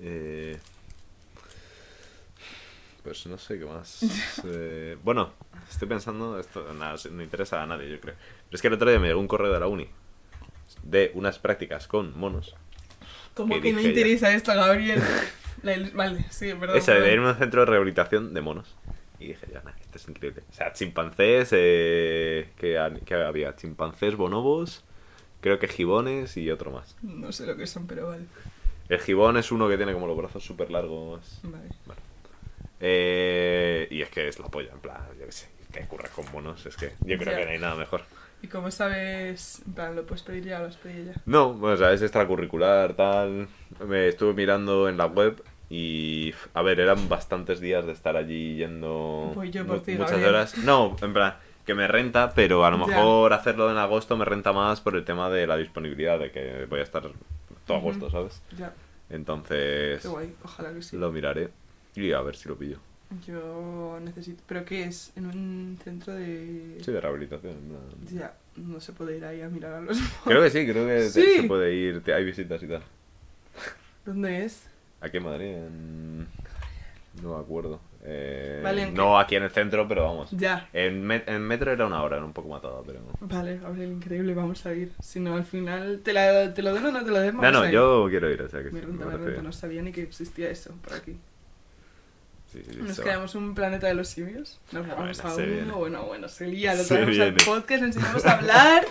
S1: Eh, pues no sé qué más. Eh, bueno, estoy pensando, esto nada, no interesa a nadie, yo creo. Pero es que el otro día me llegó un correo de la uni de unas prácticas con monos.
S2: Como
S1: ¿Qué
S2: que no
S1: dije ya?
S2: interesa esto, Gabriel. La ilu- vale, sí, perdón.
S1: Esa, de
S2: perdón.
S1: ir a un centro de rehabilitación de monos. Y dije, ya, nah, esto es increíble. O sea, chimpancés, eh, que, han- que había chimpancés, bonobos, creo que gibones y otro más.
S2: No sé lo que son, pero vale.
S1: El gibón es uno que tiene como los brazos súper largos.
S2: Vale.
S1: Eh, y es que es la polla, en plan, yo qué sé, te curras con monos, es que yo creo
S2: Ya.
S1: que no hay nada mejor.
S2: ¿Y cómo sabes? En plan, ¿lo puedes pedir ya o lo has pedido ya?
S1: No, bueno, o sea, es extracurricular, tal. Me estuve mirando en la web y, a ver, eran bastantes días de estar allí yendo
S2: Voy Pues yo por
S1: mu-
S2: ti,
S1: muchas
S2: Gabriel.
S1: horas. No, en plan, que me renta, pero a lo
S2: Ya.
S1: mejor hacerlo en agosto me renta más por el tema de la disponibilidad, de que voy a estar todo
S2: Ujú.
S1: agosto, ¿sabes?
S2: Ya,
S1: Entonces,
S2: qué guay, ojalá que sí.
S1: lo miraré y a ver si lo pillo.
S2: Yo necesito. ¿Pero qué es? ¿En un centro de.?
S1: Sí, de rehabilitación. en plan.
S2: Ya, no se puede ir ahí a mirar a los.
S1: Creo que sí, creo que te-
S2: Sí.
S1: se puede ir, te- hay visitas y tal.
S2: ¿Dónde es?
S1: Aquí en Madrid, en- no me acuerdo. Eh,
S2: Vale, ¿en
S1: no aquí en el centro, pero vamos.
S2: Ya.
S1: En, me- en metro era una hora, era un poco matada, pero...
S2: Vale, Gabriel, increíble, vamos a ir. Si no, al final, ¿te, la, te lo den o no te lo den?
S1: No,
S2: Vamos
S1: no,
S2: a ir.
S1: yo quiero ir, o sea que sí,
S2: Me
S1: me
S2: renta, me
S1: parece
S2: renta,
S1: bien.
S2: no sabía ni que existía eso por aquí.
S1: Sí, sí, sí,
S2: Nos
S1: Este, se va.
S2: creamos un planeta de los simios. Nos vamos
S1: Bueno,
S2: a
S1: se
S2: uno.
S1: viene.
S2: Bueno, bueno, se lía. Lo
S1: Se
S2: traemos al
S1: viene.
S2: podcast, enseñamos a hablar.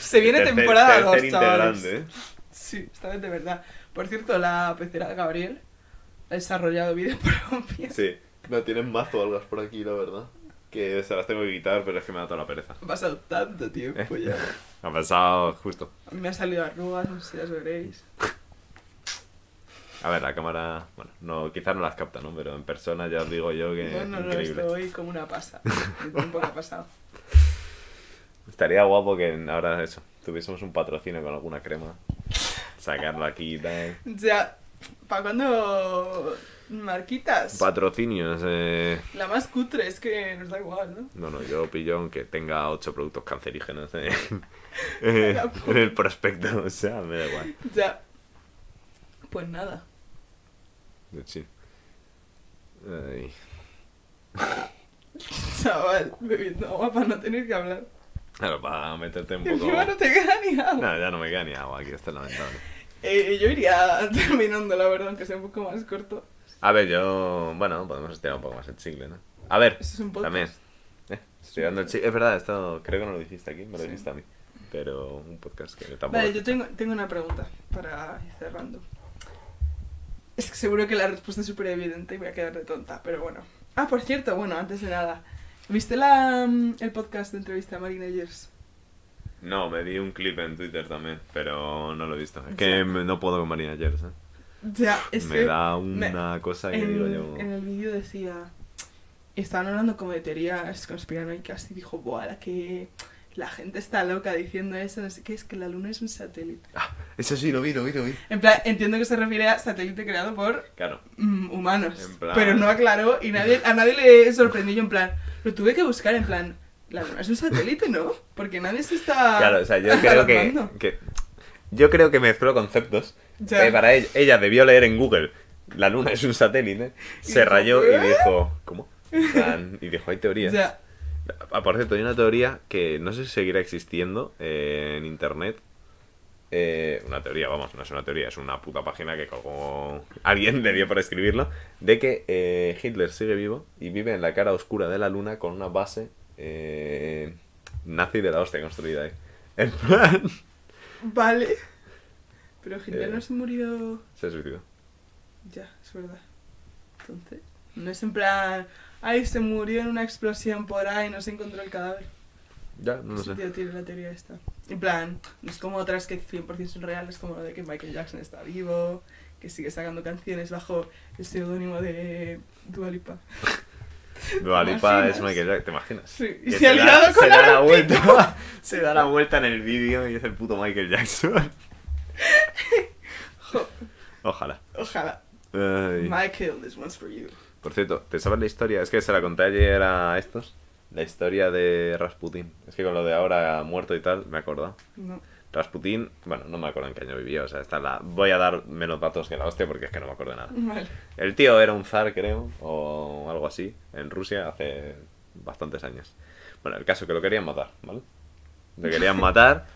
S2: Se viene
S1: Tercer-
S2: temporada
S1: tercer
S2: 2, chavales.
S1: integrante, ¿eh?
S2: Sí, esta vez de verdad. Por cierto, la pecera de Gabriel ha desarrollado vida propia.
S1: Sí. No, tienen mazo algas por aquí, la verdad. Que se las tengo que quitar, pero es que me da toda la pereza.
S2: Ha pasado tanto tiempo ya.
S1: Ha pasado justo.
S2: Me han salido arrugas, no sé si las veréis.
S1: A ver, la cámara, bueno, no, quizás no las capta, ¿no? Pero en persona ya os digo yo que
S2: No, no, no,
S1: increíble.
S2: estoy como una pasa. El tiempo que ha pasado.
S1: Estaría guapo que en- ahora eso, tuviésemos un patrocinio con alguna crema. Sacarlo aquí y tal.
S2: Ya, ¿para cuándo marquitas?
S1: Patrocinios, eh...
S2: La más cutre es que nos da igual, ¿no?
S1: No, no, yo pillo aunque tenga ocho productos cancerígenos eh, eh, en el prospecto, o sea, me da igual.
S2: Ya. Pues nada.
S1: Sí. Ay.
S2: Chaval, bebiendo agua para no tener que hablar.
S1: Claro, para meterte un
S2: Y
S1: poco...
S2: Encima no te queda ni agua.
S1: No, ya no me queda ni agua aquí, esto es lamentable.
S2: Eh, yo iría terminando, la verdad, aunque sea un poco más corto.
S1: A ver, yo... Bueno, podemos estirar un poco más el chicle, ¿no? A ver,
S2: Esto es un podcast.
S1: también. Eh, estoy dando el chicle. Es verdad, esto creo que no lo dijiste aquí, me lo
S2: Sí.
S1: dijiste a mí. Pero un podcast que tampoco...
S2: Vale, yo tengo, tengo una pregunta para ir cerrando. Es que seguro que la respuesta es súper evidente y voy a quedar de tonta, pero bueno. Ah, por cierto, bueno, antes de nada. ¿Viste la, mm, el podcast de entrevista a Marina Yers?
S1: No, me di un clip en Twitter también, pero no lo he visto. Es
S2: Ya.
S1: que me- no puedo con Marina Yers, ¿eh?
S2: Ya, es
S1: me
S2: que
S1: da
S2: me-
S1: una cosa que digo yo.
S2: en, en el vídeo decía... Estaban hablando como de teorías conspiranoicas y dijo, Buah, la que la gente está loca diciendo eso, no sé qué, es que la luna es un satélite.
S1: "Ah, Eso sí, lo vi, lo vi, lo vi.
S2: En plan, entiendo que se refiere a satélite creado por
S1: Claro.
S2: mm, humanos.
S1: En plan-
S2: Pero no aclaró y nadie, a nadie le sorprendió. Yo en plan, lo tuve que buscar en plan, la luna es un satélite, ¿no? Porque nadie se está...
S1: Claro, o sea, yo creo que,
S2: alarmando.
S1: que- Yo creo que mezcló conceptos.
S2: Ya.
S1: Eh, para ella, ella debió leer en Google. La luna es un satélite.
S2: Y
S1: Se
S2: dijo,
S1: rayó
S2: "¿Eh?".
S1: y dijo. ¿Cómo? En plan, Y dijo, hay teorías.
S2: Ya,
S1: Ah, por cierto, hay una teoría que no sé si seguirá existiendo eh, en internet. Eh, una teoría, vamos, no es una teoría, es una puta página que colgó alguien le dio por escribirlo, de que eh, Hitler sigue vivo y vive en la cara oscura de la luna con una base eh, nazi de la hostia construida ahí. En plan,
S2: vale. Pero Hitler
S1: Eh.
S2: no se murió...
S1: se suicidó.
S2: Ya, es verdad. Entonces, no es en plan, ay, se murió en una explosión por ahí, no se encontró el cadáver.
S1: Ya, no lo
S2: Sí,
S1: sé.
S2: tío, tiene la teoría esta. En plan, no es como otras que 100% son reales, como lo de que Michael Jackson está vivo, que sigue sacando canciones bajo el seudónimo de Dua Lipa.
S1: Dua
S2: ¿Te
S1: Lipa es
S2: imaginas?
S1: Michael Jackson, ¿te imaginas?
S2: Sí, y
S1: Que
S2: se ha
S1: da-
S2: liado con
S1: se da la
S2: Aaron Pico.
S1: vuelta, se da la vuelta en el vídeo y es el puto Michael Jackson.
S2: Jo,
S1: Ojalá.
S2: Ojalá.
S1: Ay.
S2: Michael, this one's for you.
S1: Por cierto, ¿te sabes la historia? Es que se la conté ayer a estos. La historia de Rasputin. Es que con lo de ahora muerto y tal, me he acordado.
S2: No.
S1: Rasputin, bueno, no me acuerdo en qué año vivió. O sea, esta la... voy a dar menos datos que la hostia porque es que no me acuerdo de nada.
S2: Vale.
S1: El tío era un zar, creo, o algo así, en Rusia hace bastantes años. Bueno, el caso que lo querían matar, ¿vale? Lo querían matar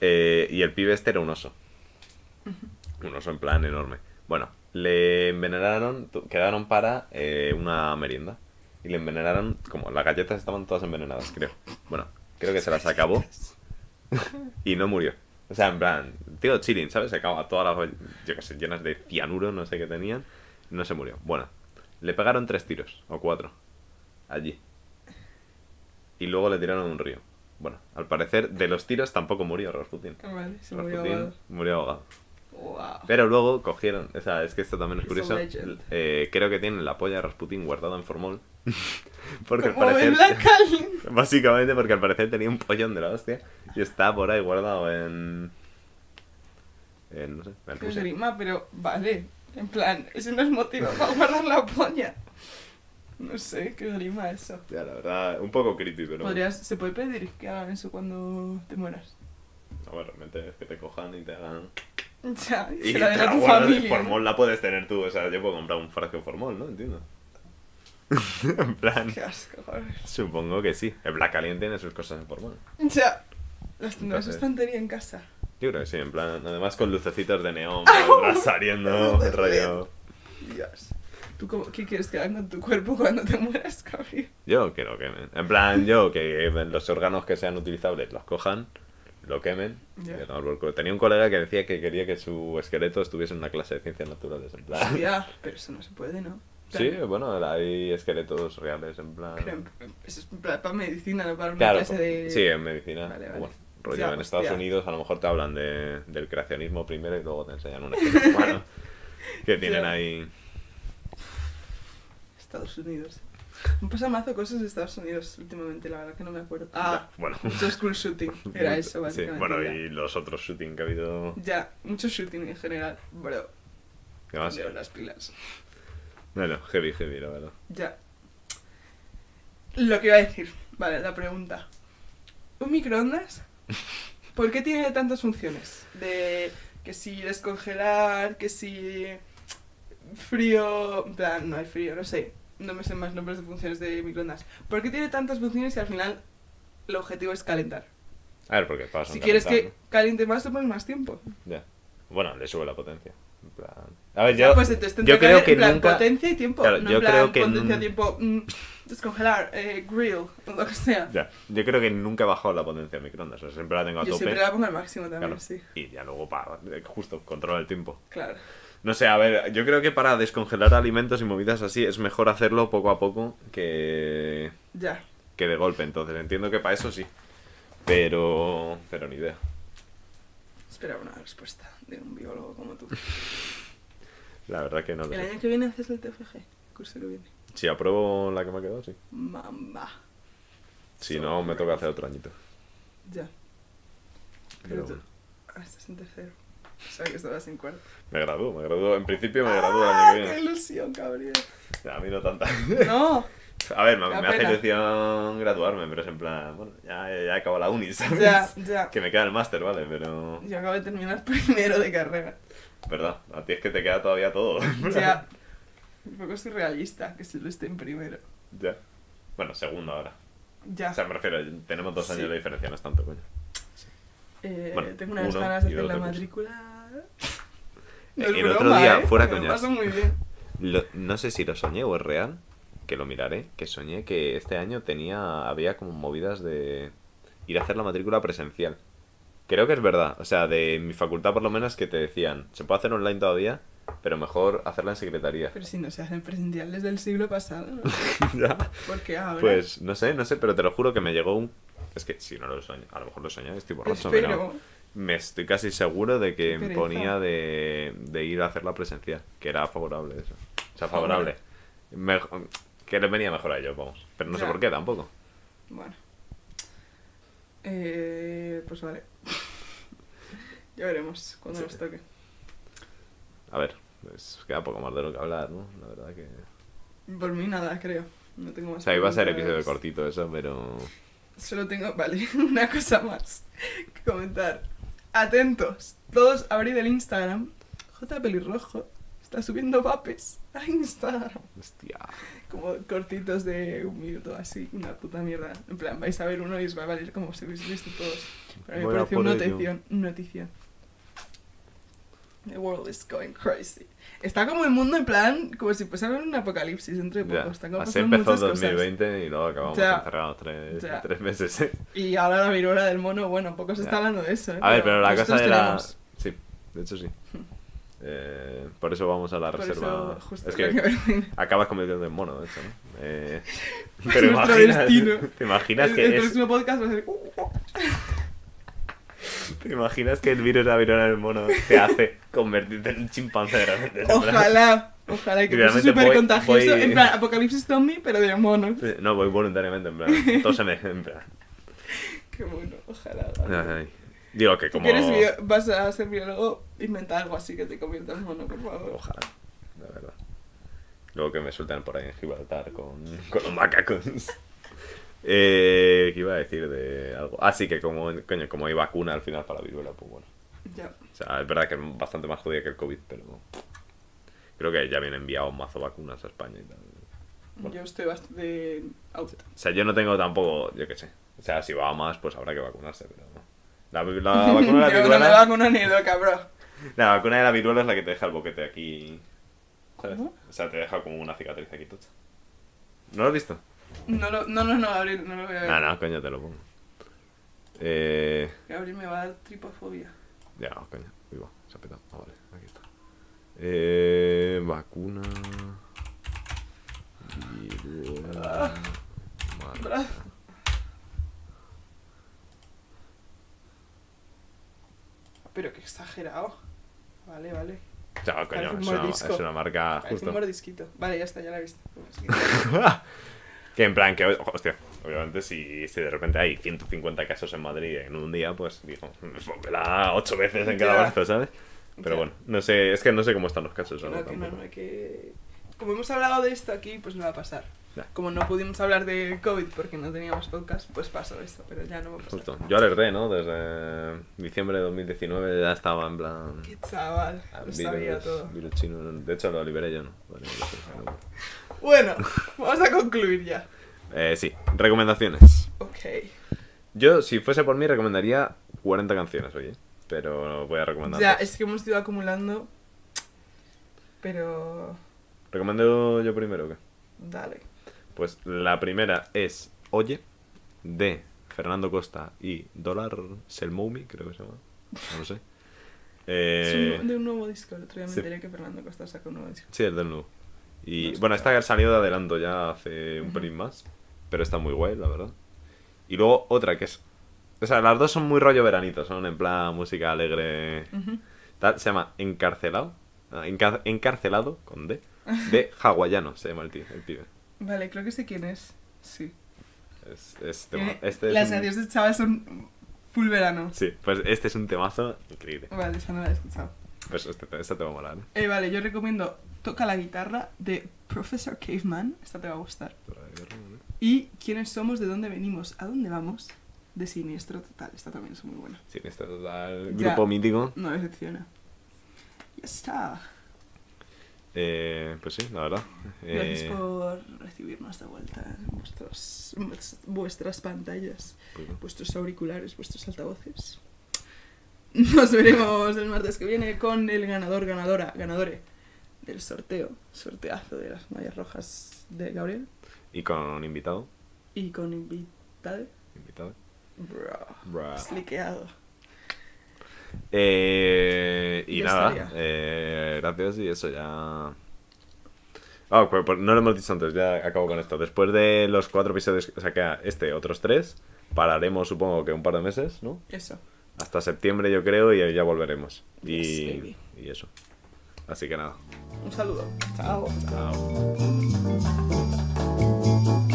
S1: eh, y el pibe este era un oso. Un oso en plan enorme. Bueno, le envenenaron, tu- quedaron para eh, una merienda. Y le envenenaron, como las galletas estaban todas envenenadas, creo. Bueno, creo que se las acabó y no murió. O sea, en plan, tío chilling, ¿sabes? Se acaba todas las, gall- yo qué sé, llenas de cianuro, no sé qué tenían. No se murió. Bueno, le pegaron tres tiros, o cuatro, allí. Y luego le tiraron a un río. Bueno, al parecer, de los tiros tampoco murió Rasputin.
S2: Vale, se murió
S1: Rasputin
S2: ahogado.
S1: murió ahogado.
S2: Wow.
S1: Pero luego cogieron, o sea, es que esto también es
S2: It's
S1: curioso.
S2: a legend.
S1: eh, creo que tienen la polla de Rasputin guardada en formol. Porque al
S2: Como de
S1: parecer.
S2: Black Alien.
S1: Básicamente porque al parecer tenía un pollón de la hostia y está por ahí guardado en... en no sé, en
S2: Qué
S1: Rusia.
S2: grima, pero vale. En plan, ese no es motivo para guardar la polla. No sé, qué grima eso.
S1: Ya, la verdad, un poco creepy, pero... bueno.
S2: Podrías, ¿Se puede pedir que hagan eso cuando te mueras?
S1: No, bueno, realmente es que te cojan y te hagan...
S2: Ya, y
S1: Y
S2: se la den
S1: te
S2: a
S1: la
S2: tu
S1: guardas,
S2: familia.
S1: Formol la puedes tener tú, o sea, yo puedo comprar un frasco de formol, ¿no? Entiendo. en plan...
S2: Qué asco, joder.
S1: Supongo que sí. El Black Alien tiene sus cosas en formol.
S2: Ya. Las tendrás en
S1: Entonces-
S2: estantería en casa.
S1: Yo creo que sí, en plan... Además con lucecitos de neón, por detrás saliendo el rayo...
S2: Dios. ¿Tú cómo- qué quieres que hagan con tu cuerpo cuando te mueras, cabrón?
S1: Yo quiero que me- En plan, yo que los órganos que sean utilizables los cojan, lo quemen.
S2: Ya.
S1: y lo abro el culo. Tenía un colega que decía que quería que su esqueleto estuviese en una clase de ciencias naturales. En plan.
S2: Ya, pero eso no se puede, ¿no?
S1: Sí, bueno, hay esqueletos reales, en plan.
S2: Pero en- eso es en plan para medicina, no para una
S1: Claro,
S2: clase de...
S1: sí, en medicina.
S2: Vale, vale.
S1: Bueno, rollo,
S2: Ya,
S1: en Estados
S2: hostia.
S1: Unidos a lo mejor te hablan de, del creacionismo primero y luego te enseñan un esqueleto humano. que tienen
S2: Ya.
S1: ahí.
S2: Estados Unidos. Me pasa mazo cosas de Estados Unidos últimamente, la verdad que no me acuerdo. Ah,
S1: Bueno.
S2: mucho school shooting. Era eso,
S1: Sí,
S2: básicamente.
S1: bueno,
S2: ya.
S1: y los otros shooting que ha habido.
S2: Ya, mucho shooting en general, bro.
S1: ¿Qué más?
S2: Yo las pilas.
S1: No, no, heavy, heavy, la verdad.
S2: Ya. Lo que iba a decir. Vale, la pregunta. ¿Un microondas? ¿Por qué tiene tantas funciones? De que si descongelar, que si frío... en plan, no hay frío, no sé. No me sé más nombres de funciones de microondas. ¿Por qué tiene tantas funciones y al final el objetivo es calentar?
S1: A ver, porque pasa.
S2: si quieres que caliente más, te pones más tiempo.
S1: Ya. Bueno, le sube la potencia. En plan. A ver,
S2: Ah,
S1: yo.
S2: pues entonces tendría
S1: yo creo
S2: haber,
S1: que
S2: en plan,
S1: nunca.
S2: potencia y tiempo.
S1: Claro,
S2: no
S1: yo
S2: en plan,
S1: creo que
S2: potencia,
S1: nun-
S2: tiempo, mm, descongelar, eh, grill, lo que sea.
S1: Ya. Yo creo que nunca he bajado la potencia de microondas. O sea, siempre la tengo a
S2: Yo
S1: tope.
S2: siempre la pongo al máximo también,
S1: Claro.
S2: sí.
S1: Y ya luego para. Justo, controla el tiempo.
S2: Claro.
S1: No sé, a ver, yo creo que para descongelar alimentos y movidas así es mejor hacerlo poco a poco que.
S2: Ya.
S1: que de golpe. Entonces entiendo que para eso sí. Pero. pero ni idea.
S2: Esperaba una respuesta de un biólogo como tú.
S1: La verdad que no lo
S2: El
S1: sé.
S2: año que viene haces el TFG, el curso que viene.
S1: Si apruebo la que me ha quedado, sí.
S2: Mamá.
S1: Si no, me toca hacer otro añito.
S2: Ya.
S1: Pero
S2: Pero tú-
S1: bueno.
S2: Ah, estás en tercero. O sea que estabas en cuarto.
S1: Me gradúo, me gradúo. En principio me gradúo el
S2: ¡Ah,
S1: año que
S2: ¡Qué
S1: viene.
S2: ilusión, cabrón!
S1: Ya, a mí no tanta.
S2: ¡No!
S1: A ver, me,
S2: Da
S1: me hace
S2: pena.
S1: ilusión graduarme, pero es en plan, bueno, ya, ya he acabado la uni, ¿sabes?
S2: Ya, ya.
S1: Que me queda el máster, ¿vale? Pero.
S2: Yo acabo de terminar primero de carrera.
S1: Verdad, a ti es que te queda todavía todo.
S2: Ya. Un poco surrealista que solo esté en primero.
S1: Ya. Bueno, segundo ahora.
S2: Ya.
S1: O sea, me refiero, tenemos dos
S2: Sí.
S1: años de diferencia, no es tanto, coño.
S2: Eh,
S1: Bueno,
S2: tengo unas
S1: uno
S2: ganas de
S1: y
S2: hacer
S1: el
S2: la
S1: otro curso.
S2: matrícula.
S1: El otro día, fuera
S2: Me ¿eh? lo
S1: coñas.
S2: paso muy bien.
S1: Lo- no sé si lo soñé o es real, que lo miraré, que soñé que este año tenía había como movidas de ir a hacer la matrícula presencial. Creo que es verdad, o sea, de mi facultad por lo menos que te decían, se puede hacer online todavía, pero mejor hacerla en secretaría.
S2: Pero si no se hacen presenciales del siglo pasado, ¿no?
S1: Ya.
S2: Porque ahora.
S1: Pues no sé, no sé, pero te lo juro que me llegó un... Es que si no lo soñé, a lo mejor lo soñé, estoy borracho, pero...
S2: espero.
S1: Me estoy casi seguro de que
S2: Qué
S1: me
S2: pereza.
S1: ponía de, de ir a hacer la presencial, que era favorable eso. O sea, favorable. Mejo- que le venía mejor a ellos, vamos. Pero no sé
S2: Ya.
S1: por qué tampoco.
S2: Bueno. Eh, pues vale. Ya veremos cuando
S1: Sí.
S2: nos toque.
S1: A ver, pues queda poco más de lo que hablar, ¿no? La verdad que...
S2: Por mí nada, creo. No tengo más.
S1: O sea, iba a ser
S2: preguntas.
S1: episodio cortito eso, pero...
S2: Solo tengo, vale, una cosa más que comentar. Atentos, todos abrid el Instagram. J Pelirrojo está subiendo vapes a Instagram.
S1: Hostia.
S2: Como cortitos de un minuto, así, una puta mierda. En plan, vais a ver uno y os va a valer como si hubiese visto todos. Pero me
S1: Voy a
S2: pareció
S1: por
S2: una
S1: ello.
S2: notición, notición. The world is going crazy. Está como el mundo en plan, como si pasara un apocalipsis dentro de
S1: Ya.
S2: poco. Están como
S1: Así
S2: pasando
S1: empezó
S2: muchas cosas.
S1: 2020 y luego acabamos
S2: Ya.
S1: encerrados tres,
S2: Ya.
S1: tres meses. ¿eh?
S2: Y ahora la viruela del mono, bueno, poco se está
S1: Ya.
S2: hablando de eso, ¿eh?
S1: A ver, pero la cosa
S2: nosotros
S1: de la...
S2: tenemos.
S1: Sí, de hecho sí. Eh, por eso vamos a la
S2: Por
S1: reserva.
S2: eso, justo
S1: es que
S2: lo que-
S1: Acabas convirtiendo en mono, de hecho, ¿no? Eh,
S2: Es nuestro destino.
S1: ¿Te imaginas
S2: el, el
S1: que es,
S2: próximo podcast va a ser... "Uh,
S1: ¿Te imaginas que el virus la virona del mono te hace convertirte en un chimpancé de repente? En plan-
S2: Ojalá, ojalá, que fuese
S1: Literalmente
S2: súper
S1: voy-
S2: contagioso.
S1: voy-
S2: En plan, apocalipsis zombie, pero de mono.
S1: No, voy voluntariamente, en plan. Tóseme, en plan.
S2: Qué bueno, ojalá.
S1: Ay, Digo que
S2: Tú
S1: como.
S2: que eres bio- vas a ser biólogo, inventa algo así que te convierta en mono, por favor.
S1: Ojalá, la verdad. Luego que me sueltan por ahí en Gibraltar con, con los macacos. Eh, ¿Qué iba a decir de algo? Ah, sí, que como, coño, como hay vacuna al final para la viruela, pues bueno.
S2: Ya,
S1: O sea, es verdad que es bastante más jodida que el COVID, pero creo que ya vienen enviado un mazo vacunas a España y tal. Bueno.
S2: yo estoy bastante out.
S1: O sea, yo no tengo tampoco, yo qué sé. O sea, si va a más, pues habrá que vacunarse, pero no. La, la vacuna de la
S2: Yo no me
S1: viruela.
S2: vacuno ni loca, bro.
S1: La vacuna de la viruela es la que te deja el boquete aquí. ¿Sabes?
S2: ¿Cómo?
S1: O sea, te deja como una cicatriz aquí tocha. ¿No lo has visto?
S2: No, lo- no, no, no, Gabriel, no lo voy a ver.
S1: No, no, coño, te lo pongo. Eh.
S2: Gabriel me va a dar tripofobia.
S1: Ya, no, coño. Vivo, se ha petado. Ah, vale, aquí está. Eh, vacuna. Viruela.
S2: Ah.
S1: Madre.
S2: Bra- Pero qué exagerado. Vale, vale.
S1: Chao, coño,
S2: Parece un
S1: es una,
S2: mordisco.
S1: es una marca
S2: Parece un
S1: Ah, justo.
S2: mordisquito. Vale, ya está, ya la he visto. Pues, sí.
S1: que en plan, que, ojo, hostia, obviamente si, si de repente hay 150 casos en Madrid en un día, pues digo, póngela 8 veces en cada
S2: Ya.
S1: brazo, ¿sabes? Pero
S2: Ya.
S1: bueno, no sé, es que no sé cómo están los casos.
S2: Que
S1: ahora
S2: no, que no,
S1: tampoco.
S2: no hay que... Como hemos hablado de esto aquí, pues no va a pasar.
S1: Ya.
S2: Como no pudimos hablar de COVID porque no teníamos podcast, pues pasó esto, pero ya no va a pasar.
S1: Justo. Yo alerté, ¿no? Desde diciembre de 2019 ya estaba en plan...
S2: Qué chaval, Ah, lo sabía todo.
S1: virus chino. De hecho, lo liberé yo, ¿no? Vale, lo sé, no.
S2: Bueno, vamos a concluir ya.
S1: Eh, sí, recomendaciones.
S2: Ok.
S1: Yo, si fuese por mí, recomendaría 40 canciones, oye. Pero voy a recomendar.
S2: Ya,
S1: dos.
S2: es que hemos ido acumulando. Pero.
S1: ¿Recomiendo yo primero o qué?
S2: Dale.
S1: Pues la primera es Oye, de Fernando Costa y Dólar Selmoumi, creo que se llama. No lo sé. Eh,
S2: Es un- de un nuevo disco. El otro día me
S1: sí.
S2: enteré que Fernando Costa sacó un nuevo disco.
S1: Sí, el del nuevo. Y
S2: No sé.
S1: bueno, esta salió de adelanto ya hace un
S2: Ujú.
S1: pelín más, pero está muy guay, la verdad. Y luego otra que es... O sea, las dos son muy rollo veranito, son en plan música alegre.
S2: Ujú.
S1: Tal, se llama Encarcelado. ah, Encar- encarcelado con D. De hawaiano, se llama el, tío, el pibe.
S2: Vale, creo que sé quién es. Sí.
S1: Es, es tema-
S2: Tiene-
S1: este es
S2: Eh, Las
S1: un-
S2: canciones de Chava son full verano.
S1: Sí, pues este es un temazo increíble.
S2: Vale, esa no la he escuchado.
S1: Pues este, esta te va a molar. ¿eh?
S2: Eh, vale, yo recomiendo Toca la guitarra de Professor Caveman. Esta te va a gustar. Y ¿Quiénes somos? ¿De dónde venimos? ¿A dónde vamos? De Siniestro Total. Esta también es muy buena.
S1: Sí, este total
S2: Ya.
S1: grupo mítico.
S2: No decepciona. Ya está.
S1: Eh, pues sí, la verdad.
S2: Gracias
S1: Eh,
S2: por recibirnos de vuelta en vuestros- vuestras pantallas,
S1: pues no.
S2: vuestros auriculares, vuestros altavoces. Nos veremos el martes que viene con el ganador, ganadora, ganadore del sorteo, sorteazo de las mallas rojas de Gabriel
S1: Y con un invitado.
S2: y con invitado.
S1: Invitado.
S2: Bro,
S1: Bra.
S2: sliqueado.
S1: Eh, y
S2: Ya
S1: nada,
S2: estaría.
S1: eh, gracias y eso ya... Ah, pues, pues no lo hemos dicho antes, ya acabo con esto. Después de los cuatro episodios, o sea, queda este, otros tres, pararemos supongo que un par de meses, ¿no?
S2: Eso.
S1: Hasta septiembre yo creo y ahí ya volveremos.
S2: Yes,
S1: Y,
S2: baby.
S1: y eso. Así que nada.
S2: Un saludo. Chao.
S1: Chao.